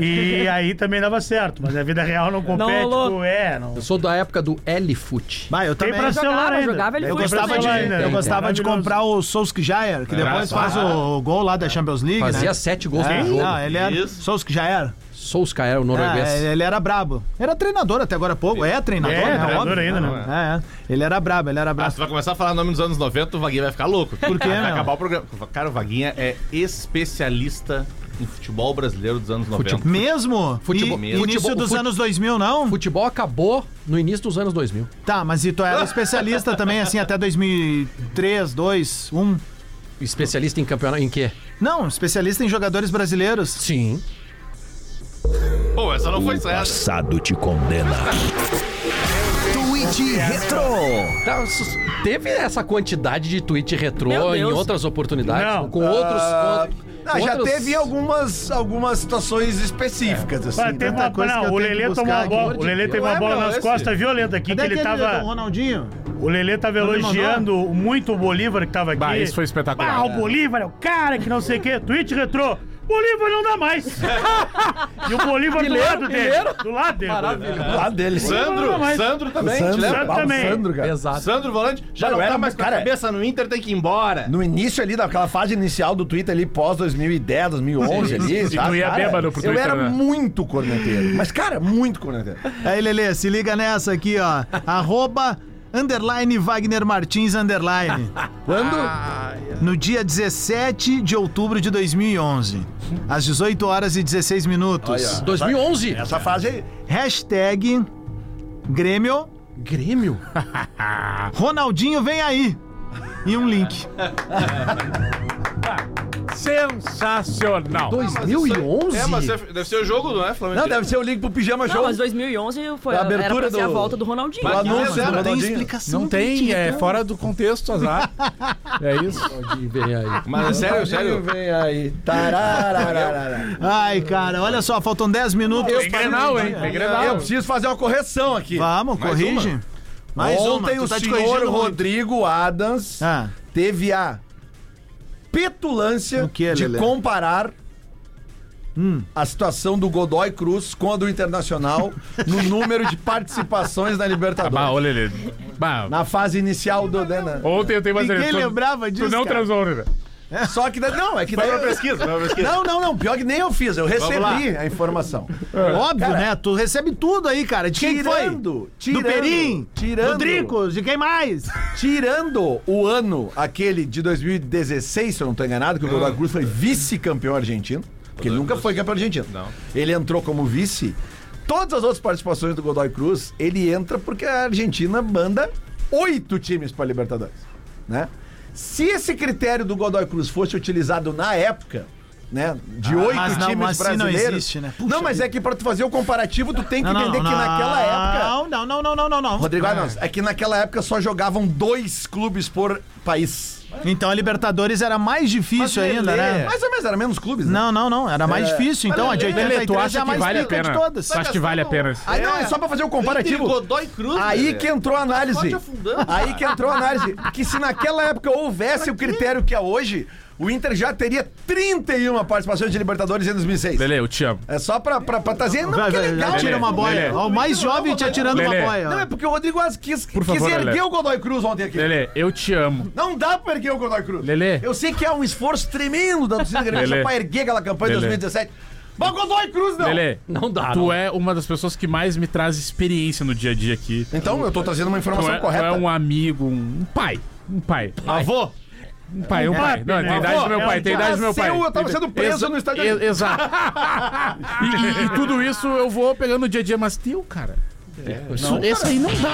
B: E aí também dava certo, mas a vida real não compete
H: rolou.
B: com é, não.
H: Eu sou da época do L-Foot.
C: Bah, eu
B: Tem
C: também.
B: pra celular ainda.
C: Eu
B: Tem pra
C: gostava, de,
B: celular ainda.
C: eu gostava de comprar o Solskjaer, que
H: Era
C: depois faz
H: barato.
C: o, o gol lá da Champions League.
H: Fazia
C: né?
H: sete gols
C: É,
H: no jogo.
C: Não, ele era.
H: Isso.
C: Solskjaer.
H: Solskjaer, o norueguês.
C: É, ele era brabo. Era treinador até agora há pouco. É treinador,
D: É,
C: né?
D: treinador
C: Óbvio.
D: ainda, né?
C: É, é. Ele era brabo, ele era
D: Ah,
C: brabo.
D: se tu vai começar a falar nome dos anos 90, o Vaguinha vai ficar louco. Por
C: quê,
D: Vai
C: meu?
D: acabar o programa. Cara, o Vaguinha é especialista em futebol brasileiro dos anos 90.
C: Futebol. Mesmo?
D: Futebol
C: E-
D: mesmo.
C: Início
D: Futebol-
C: dos
D: fute-
C: anos 2000, não?
H: Futebol acabou no início dos anos 2000.
C: Tá, mas e tu era especialista também, assim, até 2003, 2, 1?
H: Especialista em campeonato. Em quê?
C: Não, especialista em jogadores brasileiros.
H: Sim.
D: Pô, essa não foi
A: O
D: certa.
A: passado te condena.
J: Tweet
E: é,
J: Retro.
H: Tá, s- teve essa quantidade de tweet
E: Meu
H: retrô em
E: Deus.
H: outras oportunidades,
E: Não.
H: com outros.
E: Ah,
H: com-
E: ah, já
H: outros-
E: teve algumas, algumas situações específicas, assim.
B: Ah, teve
E: Tanta
B: uma,
E: coisa que eu
B: não, o
E: tenho que
B: Lelê tomou
E: buscar
B: uma
E: aqui.
B: bola, o Lelê teve uma
E: Ué,
B: bola
E: meu,
B: nas
E: esse-
B: costas violenta aqui, que
C: Cadê
B: ele
C: aquele do
B: tava.
C: Ronaldinho?
B: O Lelê tava
C: Ele mandou?
B: elogiando muito o Bolívar que tava aqui.
I: Bah, isso foi espetacular. né?
B: Ah, o Bolívar é o cara que não sei o quê. Twitch retrô. Bolívar não dá mais. e o Bolívar do
H: Mineiro,
B: lado dele.
H: mineiro.
B: Do lado dele.
H: Maravilhoso.
E: Do lado dele.
D: Sandro,
B: Não, mas-
D: Sandro também,
E: Sandro,
D: te lembra?
C: tá
E: Sandro também. Sandro, cara.
H: Exato.
D: Sandro Volante, já
E: Mano,
D: não
E: era
D: tá
E: um
D: mais com a
E: cara-
D: cabeça no Inter, tem que ir embora.
E: No início ali, naquela fase inicial do Twitter ali, pós 2010, 2011 ali,
I: E tu ia
E: cara,
I: bêbado pro
E: Eu
I: Twitter,
E: era
I: né?
E: muito corneteiro, mas cara, muito corneteiro.
C: Aí, Lelê, se liga nessa aqui, ó. Arroba underline Wagner Martins underline.
E: Quando?
C: No dia 17 de outubro de 2011, às 18 horas e 16 minutos.
H: 2011.
E: Essa fase aí.
C: Hashtag Grêmio
H: Grêmio?
C: Ronaldinho vem aí. E um link.
I: Sensacional.
H: 2011?
D: É, mas deve deve ser o jogo, não é, Flamengo?
E: Não, deve ser o link pro Pijama
G: Não,
E: Show.
G: mas 2011 foi
E: Da
G: a, era
E: abertura
G: pra ser a
E: do-
G: volta do Ronaldinho.
E: do anúncio
G: Mas-
E: do
C: Não
D: era,
C: tem
E: Ronaldinho.
C: explicação.
I: Não tem, é fora do contexto, azar. É isso.
H: Vem aí.
D: Mas é sério, sério.
E: Vem aí. Tararararara.
C: Ai, cara, olha só, faltam 10 minutos.
I: Tem É Grenal, hein? Tem Grenal.
E: Eu preciso fazer uma correção aqui.
C: Vamos,
D: Mais
C: corrige.
D: uma?
C: Mais
E: Ontem
C: uma.
E: o
C: Tu tá te
E: senhor
C: corrigindo muito.
E: Rodrigo Adams
C: Ah.
E: teve a petulância
C: O quê,
E: de
C: Lelê?
E: comparar a situação do Godoy Cruz com a do Internacional no número de participações na
I: Bah,
E: Libertadores.
I: Ah, olha ele. Bah,
E: Na fase inicial do Dena.
I: ontem eu tenho mais
C: Ninguém
I: tu-
C: lembrava disso,
I: Tu não
C: cara.
I: transou, né?
E: Só que daí, não, é que daí eu...
D: Pesquisa, vai pra pesquisa.
E: Não, não, não, pior que nem eu fiz, eu
D: lá.
E: recebi a informação.
C: Óbvio,
E: Cara,
C: né? Tu recebe tudo aí, cara. De quem foi?
E: Tirando, tirando,
C: do Perim,
E: tirando.
C: do Dricos, de quem mais?
E: Tirando o ano aquele de 2016, se eu não estou enganado, que o
C: Ah.
E: Godoy Cruz foi vice-campeão argentino, porque ele nunca foi campeão argentino.
D: Não.
E: Ele entrou como vice. Todas as outras participações do Godoy Cruz, ele entra porque a Argentina manda oito times para Libertadores, né? Se esse critério do Godoy Cruz fosse utilizado na época, né, de
C: Ah,
E: oito
C: mas não,
E: times
C: mas se não
E: brasileiros,
C: existe, né? Puxa
E: não, mas é que para tu fazer o comparativo, tu tem que entender que naquela época
C: Não,
E: é
C: não, não, não, não, não, não.
E: Rodrigo Adams, é que naquela época só jogavam dois clubes por país.
C: Então a Libertadores era mais difícil ainda, né?
E: Mais ou menos, era menos clubes, né?
C: Não, não, não. Era mais
E: É.
C: difícil. Então, a de
E: Mas, Lelê,
C: 83
E: tu acha
C: é a
E: que
C: mais
E: vale a
C: rica de
E: pena?
C: todas.
E: Tu acha que vale a pena? Aí não, é só pra fazer um comparativo.
D: Entre Godoy Cruz,
E: Aí
D: né?
E: que entrou a
D: Só
E: análise.
D: te afundando.
E: Aí que entrou a análise. Que se naquela época houvesse o critério que é hoje, o Inter já teria 31 participações de Libertadores em 2006.
I: Lele, eu te amo.
E: É só pra, pra, pra trazer. Não, que
C: vai,
E: legal. né?
C: já tira uma boia. Ó, o mais jovem te atirando uma
I: Lelê.
C: boia.
E: Não, é porque o Rodrigo Assis quis, quis
I: favor,
E: erguer
I: Lelé.
E: o Godoy Cruz ontem aqui.
I: Lele, eu te amo.
E: Não dá pra erguer o Godoy Cruz.
I: Lelê.
E: Eu sei que é um esforço tremendo da torcida gremista
I: Lelê.
E: pra erguer aquela campanha de
I: Lelê.
E: 2017. Mas o Godoy Cruz não!
I: Lele,
H: Não dá,
I: Tu
H: não.
I: é uma das pessoas que mais me traz experiência no dia a dia aqui.
E: Então eu tô trazendo uma
I: Tu
E: informação
I: é, tu
E: correta.
I: é um amigo, um pai. Um pai.
E: Avô?
I: Um pai, um pai. Não, tem a idade do meu pai, tem a idade do meu pai.
E: Nasceu, um eu tava sendo preso
I: Exa-
E: no estádio.
I: e- Exato. E, e tudo isso eu vou pegando no dia a dia, mas teu, cara. Isso- esse aí não dá,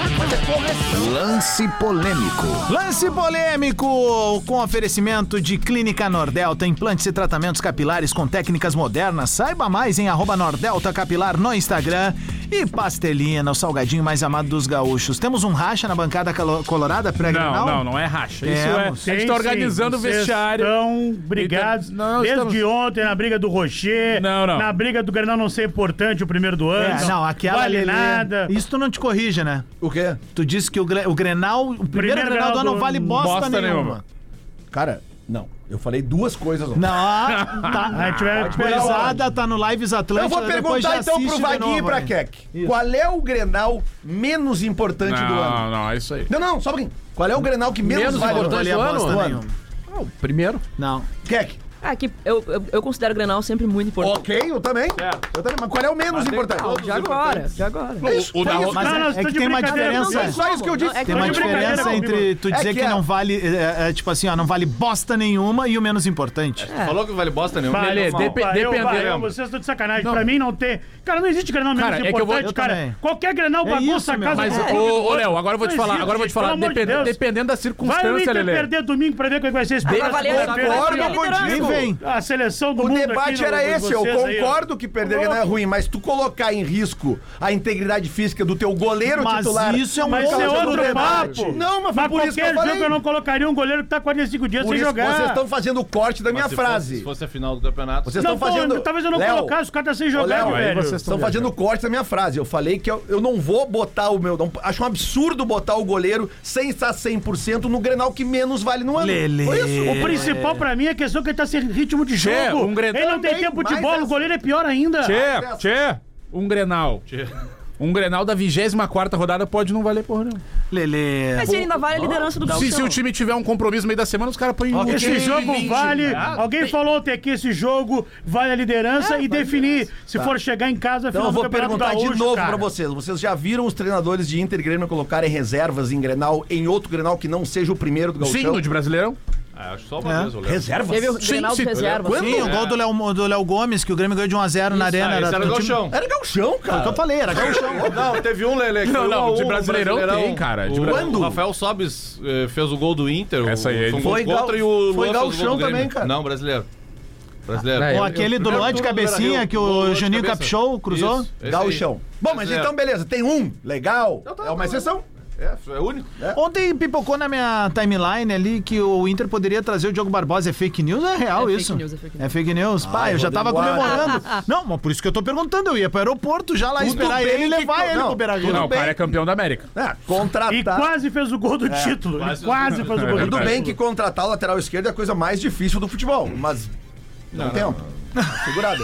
J: Lance polêmico.
C: Lance polêmico com oferecimento de Clínica Nordelta, implantes e tratamentos capilares com técnicas modernas. Saiba mais em arroba Nordelta Capilar no Instagram. E Pastelina, o salgadinho mais amado dos gaúchos. Temos um racha na bancada calo- colorada pré
I: Não, não, não é racha. Isso é.
C: Temos.
I: a gente tá organizando o vestiário.
B: Então, brigados.
I: Então, não,
B: Desde
I: estamos-
B: ontem, na briga do Rocher.
I: Não, não.
B: Na briga do Grenal não ser importante, o primeiro do ano.
C: É, não, aquela
B: vale
C: Lelê-
B: nada.
C: Isso tu não te corrige, né?
E: O quê?
C: Tu disse que o, Gre- o Grenal, o primeiro, Grenal do ano não vale bosta,
I: bosta
C: nenhuma.
I: nenhuma.
E: Cara, não. Eu falei duas coisas ontem.
C: Não, tá.
B: Aí tiver que pegar o-
C: Pesada, tá no Lives
E: Eu
C: Atlântico.
E: vou
C: depois
E: perguntar
C: já
E: então pro
C: assiste de
E: Vaguinho e
C: novo,
E: pra
C: né?
E: Keck.
C: Isso.
E: Qual é o Grenal menos importante do ano?
I: Não, não, é isso aí.
E: Não, não, só um pouquinho. Qual é o Grenal que menos,
H: Menos
E: vale
H: importante
E: o
H: do Tá ano?
E: do
C: nenhuma.
H: Ah, o primeiro.
C: Não.
E: Keck.
G: Ah, que eu, eu, eu considero o Grenal sempre muito importante.
E: Ok, eu também. Eu também. Mas qual é o menos importante?
G: De agora, de agora.
I: O da
E: isso.
I: ro-
C: Mas
B: Não,
C: é-
B: não,
C: é,
B: tô
C: que
B: tá de
C: tem uma
B: brincadeira, não,
C: diferença.
E: É só isso que eu disse.
G: É que
C: Tem uma
B: Tô de brincadeira
C: diferença
B: comigo.
C: entre tu
E: É
C: dizer
E: que
C: que,
E: é-
C: não vale, é, é, tipo assim, ó, não vale bosta nenhuma e o menos importante.
D: Falou que vale bosta nenhuma.
B: Valeu,
I: Lelê,
B: valeu,
I: depe-
B: valeu,
I: dependendo.
B: valeu, Vocês estão de sacanagem.
I: Não.
B: Pra mim não tem. Cara, não existe granal menos
I: Cara, é que eu vou-
B: importante,
C: eu
B: cara.
C: também.
B: Qualquer granal
C: É isso,
B: bagunça a
C: meu.
B: casa.
I: Mas,
B: do clube do
I: ô, ô,
B: outro.
I: Léo, agora eu vou te
B: Não
I: falar.
B: existe,
I: Agora eu vou te
B: pelo
I: falar.
B: amor de
I: Depen-
B: Deus.
I: dependendo da
B: Vai o
I: circunstância,
B: Inter
I: Lelê.
B: perder domingo pra ver como é que vai ser esse
G: Vai valer a
B: Concordo
G: Concordo
B: com
G: com o
C: Nem
G: Diego.
C: vem.
B: A seleção do
E: O
B: mundo
E: debate
B: aqui no-
E: era
B: com
E: esse, eu
B: vocês aí, ó.
E: concordo que perder Grenal é ruim, mas tu colocar em risco a integridade física do teu goleiro
C: Mas
E: titular.
C: isso é um
B: Mas isso é
E: causa do
B: outro
E: debate.
B: papo.
E: Não, mas foi
B: Mas
E: por isso que eu
B: qualquer
E: falei.
B: jogo eu não colocaria um goleiro que tá 45 dias
E: Por
B: sem
E: isso que
B: jogar.
E: vocês estão fazendo o corte da minha
D: se Fosse,
E: frase.
D: se fosse a final do campeonato.
E: Vocês
B: Não,
E: estão
B: pô,
E: fazendo.
B: talvez eu não
E: Léo,
B: colocasse, o cara tá sem
E: Ô,
B: jogar,
E: Léo, aí
B: velho.
E: vocês estão fazendo o corte da minha frase. Eu falei que eu, eu não vou botar o meu. não- acho um absurdo botar o goleiro sem estar 100% no Grenal que menos vale no ano.
C: Lelê.
E: Foi isso.
B: O principal pra mim é a questão que ele tá sem ritmo de
I: Che,
B: jogo.
I: um Grenal
B: ele não tem
E: também,
B: tempo de
E: mais
B: bola,
E: essa.
B: o goleiro é pior ainda.
I: Tchê, tchê, um Grenal. Um Grenal da 24 rodada pode não valer porra nenhuma.
C: Lelê.
G: Mas ele ainda vale a liderança do Gauchão.
I: Se, se o time tiver um compromisso no meio da semana, os caras põem
E: um
I: o
B: Esse jogo vale.
E: né?
B: Alguém falou até que esse jogo É, vale a liderança Tá. e definir se for chegar em casa
E: Então eu
B: final do
E: vou
B: Campeonato
E: perguntar de
B: Gaúcho,
E: novo
B: cara.
E: pra vocês. Vocês já viram os treinadores de Inter e Grêmio colocarem reservas em Grenal em outro Grenal que não seja o primeiro do
I: Sim,
E: Gauchão?
I: no de Brasileirão.
D: Ah, acho só uma vez, o Léo.
E: Reservas?
G: Teve o Grenal
I: se-
G: de reserva.
E: Quando?
C: Sim, o gol do Léo, do Léo Gomes, que o Grêmio ganhou de 1x0 na arena.
D: Ah, esse era o
C: do time-
D: Galchão.
E: Era Gauchão,
C: Foi o que
E: cara.
C: eu falei, era Gauchão.
D: Não, teve um Lele. que
I: Não,
D: foi
I: não,
D: um a um
I: de
D: no
I: Brasileirão tem, cara, de
D: o,
I: Brasileirão.
D: o Rafael Sobis eh, fez o gol do Inter. o-
I: Essa aí é
D: foi um
I: difícil.
D: gol
E: Foi
D: contra
E: gal-
D: e o
E: foi
D: Luan fez o gol do
E: gauchão
D: Grêmio.
E: também, cara.
D: Não, brasileiro. Brasileiro.
H: É,
C: Ou
H: eu-
C: aquele do Ló de cabecinha que o Juninho Capixou cruzou.
E: Gauchão. Bom, mas então beleza, tem um. Legal. É uma exceção.
D: É, é único.
C: Ontem pipocou na minha timeline ali que o Inter poderia trazer o Diogo Barbosa. É fake news? É real
G: É fake
C: isso?
G: news, é fake news.
C: É fake news. Pai, eu já tava
E: Rodrigo
C: comemorando. Não, mas por isso que eu tô perguntando. Eu ia pro aeroporto já lá
E: Tudo
C: esperar
E: bem
C: ele e
E: que-
C: levar ele
E: não,
C: pro Beira Rio.
E: tudo
I: Não, o
E: bem.
I: cara é campeão da América.
E: É,
B: E
C: Tá.
E: contratar.
B: quase fez o gol do
C: É.
B: título. Ele
D: quase-
B: quase fez o gol do
E: Tudo
B: título.
E: bem que contratar o lateral esquerdo é a coisa mais difícil do futebol, mas não, tem tempo. Segurado.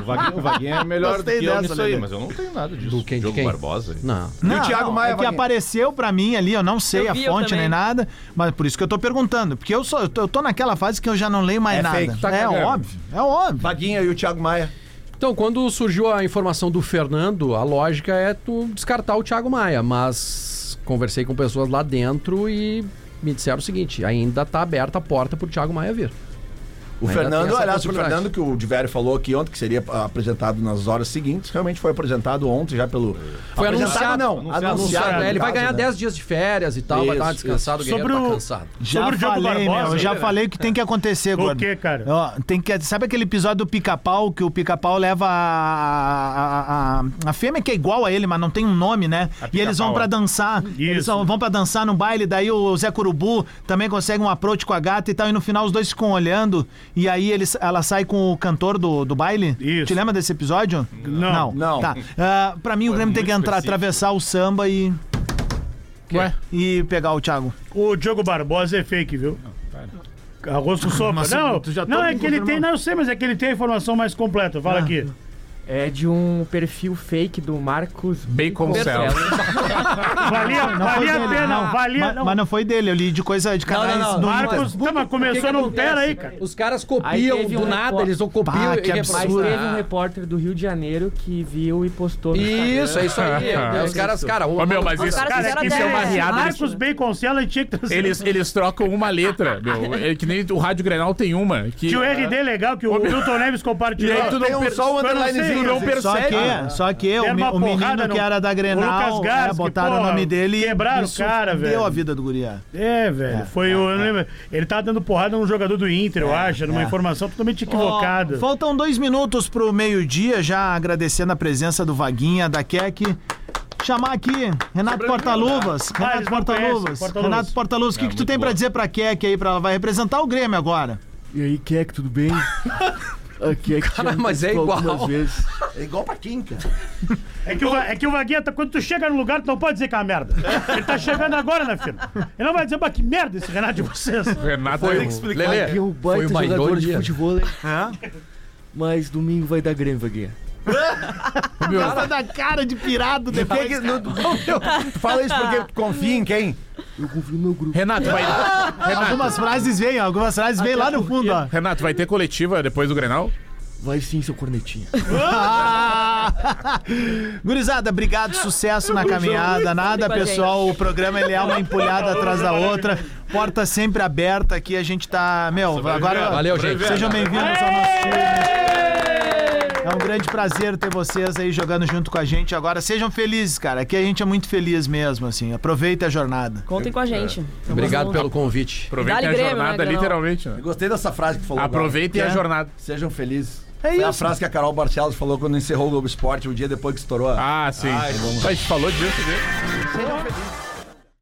D: O Vaguinho, o Vaguinho é melhor do que
C: Gostei
D: eu
C: dessa,
D: nisso aí,
C: Lelê.
D: mas eu não tenho nada disso.
H: Do quem, de
D: Diogo
H: quem?
D: Barbosa.
H: Não.
C: Não,
E: E o Thiago
C: não,
E: Maia,
C: é que
E: Vaguinho?
C: apareceu pra mim ali, eu não sei
G: Eu
C: a
G: vi, eu
C: fonte nem
G: também.
C: nada, mas por isso que eu tô perguntando, porque eu sou eu tô, eu tô naquela fase que eu já não leio mais
E: É
C: nada.
E: fake,
H: tá
C: é
H: cagando.
C: óbvio, é óbvio.
E: Vaguinha e o Thiago Maia.
H: Então, quando surgiu a informação do Fernando, a lógica é tu descartar o Thiago Maia, mas conversei com pessoas lá dentro e me disseram o seguinte: ainda tá aberta a porta pro Thiago Maia vir.
E: O
K: Ainda tem
E: Fernando,
K: essa
E: aliás, o
K: possibilidade.
E: Fernando que o Diverio falou aqui ontem, que seria ah, apresentado nas horas seguintes, realmente foi apresentado ontem já pelo.
H: Foi
E: Apresentado,
H: anunciado,
E: não.
H: anunciado,
E: anunciado,
H: né?
E: no
H: Ele vai
E: caso,
H: ganhar
E: né?
H: 10 dias de férias e tal, vai dar uma descansada, o Guerreiro tá cansado.
C: Já falei, meu, eu já
B: né?
C: falei o que tem que acontecer agora. O
B: que, cara?
C: tem que, sabe aquele episódio do pica-pau que o pica-pau leva a, a, a, a fêmea que é igual a ele, mas não tem um nome, né? E eles vão
L: pica-pau,
C: pra
L: é.
C: dançar. Eles vão, vão pra dançar no baile, daí o Zé Curubu também consegue um approach com a gata e tal, e no final os dois ficam olhando, e aí eles, ela sai com o cantor do, do baile. Te lembra desse episódio?
E: Não.
C: Não.
E: Não.
C: Tá. Ah, pra mim o Grêmio tem que entrar, atravessar o samba e.
B: Ué?
C: E pegar o Thiago.
B: O Diogo Barbosa é fake, viu? Arroz com sopa.
C: Mas
B: não,
C: tu já
B: não
C: tá
B: é
C: me
B: que ele tem,
M: confirmando.
B: não, eu sei, mas é que ele tem a informação mais completa. Fala
M: Ah.
B: aqui.
M: É de um perfil fake do Marcos Baconcelo.
B: Valia,
C: Não foi
B: valia a
C: dele,
B: pena,
C: não.
B: valia.
C: Mas, mas não foi dele, eu li de coisa de canais
H: não, não.
C: do
B: Marcos,
C: Inter.
B: tá, mas começou no Pera aí, cara.
H: Os caras
M: Aí
H: copiam
M: teve
H: do
M: um
H: nada,
M: repórter-
H: eles não copiam e
M: Mas
H: reproduzem.
M: teve um repórter do Rio de Janeiro que viu e postou no Instagram.
H: Isso, é isso aí.
M: É
H: Os caras,
M: isso.
H: cara, o- Ô, meu, mas os isso- caras
I: Cara,
H: fizeram
I: isso é uma
H: dez.
I: riada. eles-
B: Marcos Baconcelo e tinha que trazer.
I: Eles, eles trocam uma letra, meu. É que nem o Rádio Grenal tem uma. Que, é
B: Tinha o RD legal que o
I: Ô, meu-
B: Milton Neves compartilhou.
I: E aí tu não Tem um per- só um tu não underlinezinho, sei, tu não assim.
C: Só
I: percebe.
C: que,
I: Ah.
C: só que o,
I: Deram
C: me-
I: uma
C: o menino
I: porrada
C: que
I: no-
C: era da
I: o
C: Grenal,
B: Lucas Gás,
C: né,
B: que,
C: botaram
B: porra,
C: o nome dele e
B: quebraram o
C: isso
B: cara,
C: deu
B: velho.
C: a vida do guria.
B: É, velho.
C: É,
B: foi o. eu lembro, ele tava dando porrada num jogador do Inter, eu acho, numa
C: é.
B: informação totalmente equivocada.
C: Ó, faltam dois minutos pro meio-dia, já agradecendo a presença do Vaguinha, da Keck. Chamar aqui, Renato Portaluvas. Renato
B: Ah, eles não conhecem,
C: Portaluvas.
B: Portaluvas.
C: Renato Portaluvas, o que,
B: É,
C: que tu
B: muito
C: tem pra
B: boa.
C: dizer pra Keck aí? Pra ela vai representar o Grêmio agora.
N: E aí,
E: é
N: Keck, tudo bem? Aqui é que
C: Cara,
H: né?
N: já me
C: mas é
N: visitou
C: igual.
N: algumas vezes.
E: É igual pra quem, cara?
B: É que, o, Va- é que o Vaguinha, tá- quando tu chega no lugar, tu não pode dizer que é uma merda. Ele tá chegando agora, né, filho? Ele não vai dizer, "Bah, que merda esse Renato de vocês.
I: Renato
N: Foi
I: é
N: um-
I: o-
N: Vaguinho é um baita
I: uma
N: jogador de
I: ironia.
N: futebol, hein? Mas domingo vai dar Grêmio, Vaguinha.
C: Meu. da cara de pirado
E: depois, cara. Tu fala isso porque tu confia em quem?
N: Eu confio no meu grupo.
I: Renato, vai.
C: Algumas frases vêm, algumas frases vêm lá no fundo, ó.
I: Renato, vai ter coletiva depois do Grenal?
N: Vai sim, seu cornetinha.
C: Gurizada, obrigado, sucesso na caminhada. Nada, pessoal, o programa ele é uma empolhada atrás da outra. Porta sempre aberta aqui, a gente tá, meu, agora
H: Valeu, gente.
C: Sejam bem-vindos ao nosso time. É um grande prazer ter vocês aí jogando junto com a gente agora. Sejam felizes, cara. Aqui a gente é muito feliz mesmo, assim. Aproveita a jornada.
G: Contem com a gente.
H: Obrigado pelo convite.
I: Aproveita
G: Dá-lhe
I: a
G: Grêmio,
I: jornada,
G: né, Grenal?
I: literalmente, né?
E: Gostei dessa frase que tu falou.
I: Aproveitem
N: É.
E: agora. É.
I: a jornada.
E: Sejam felizes.
C: É
E: Foi a
I: isso.
E: frase que a Carol Barcelos falou quando encerrou o Globo Esporte um dia depois que estourou.
I: Ah, sim.
E: vamos-
I: Mas falou disso, né?
E: Sejam felizes.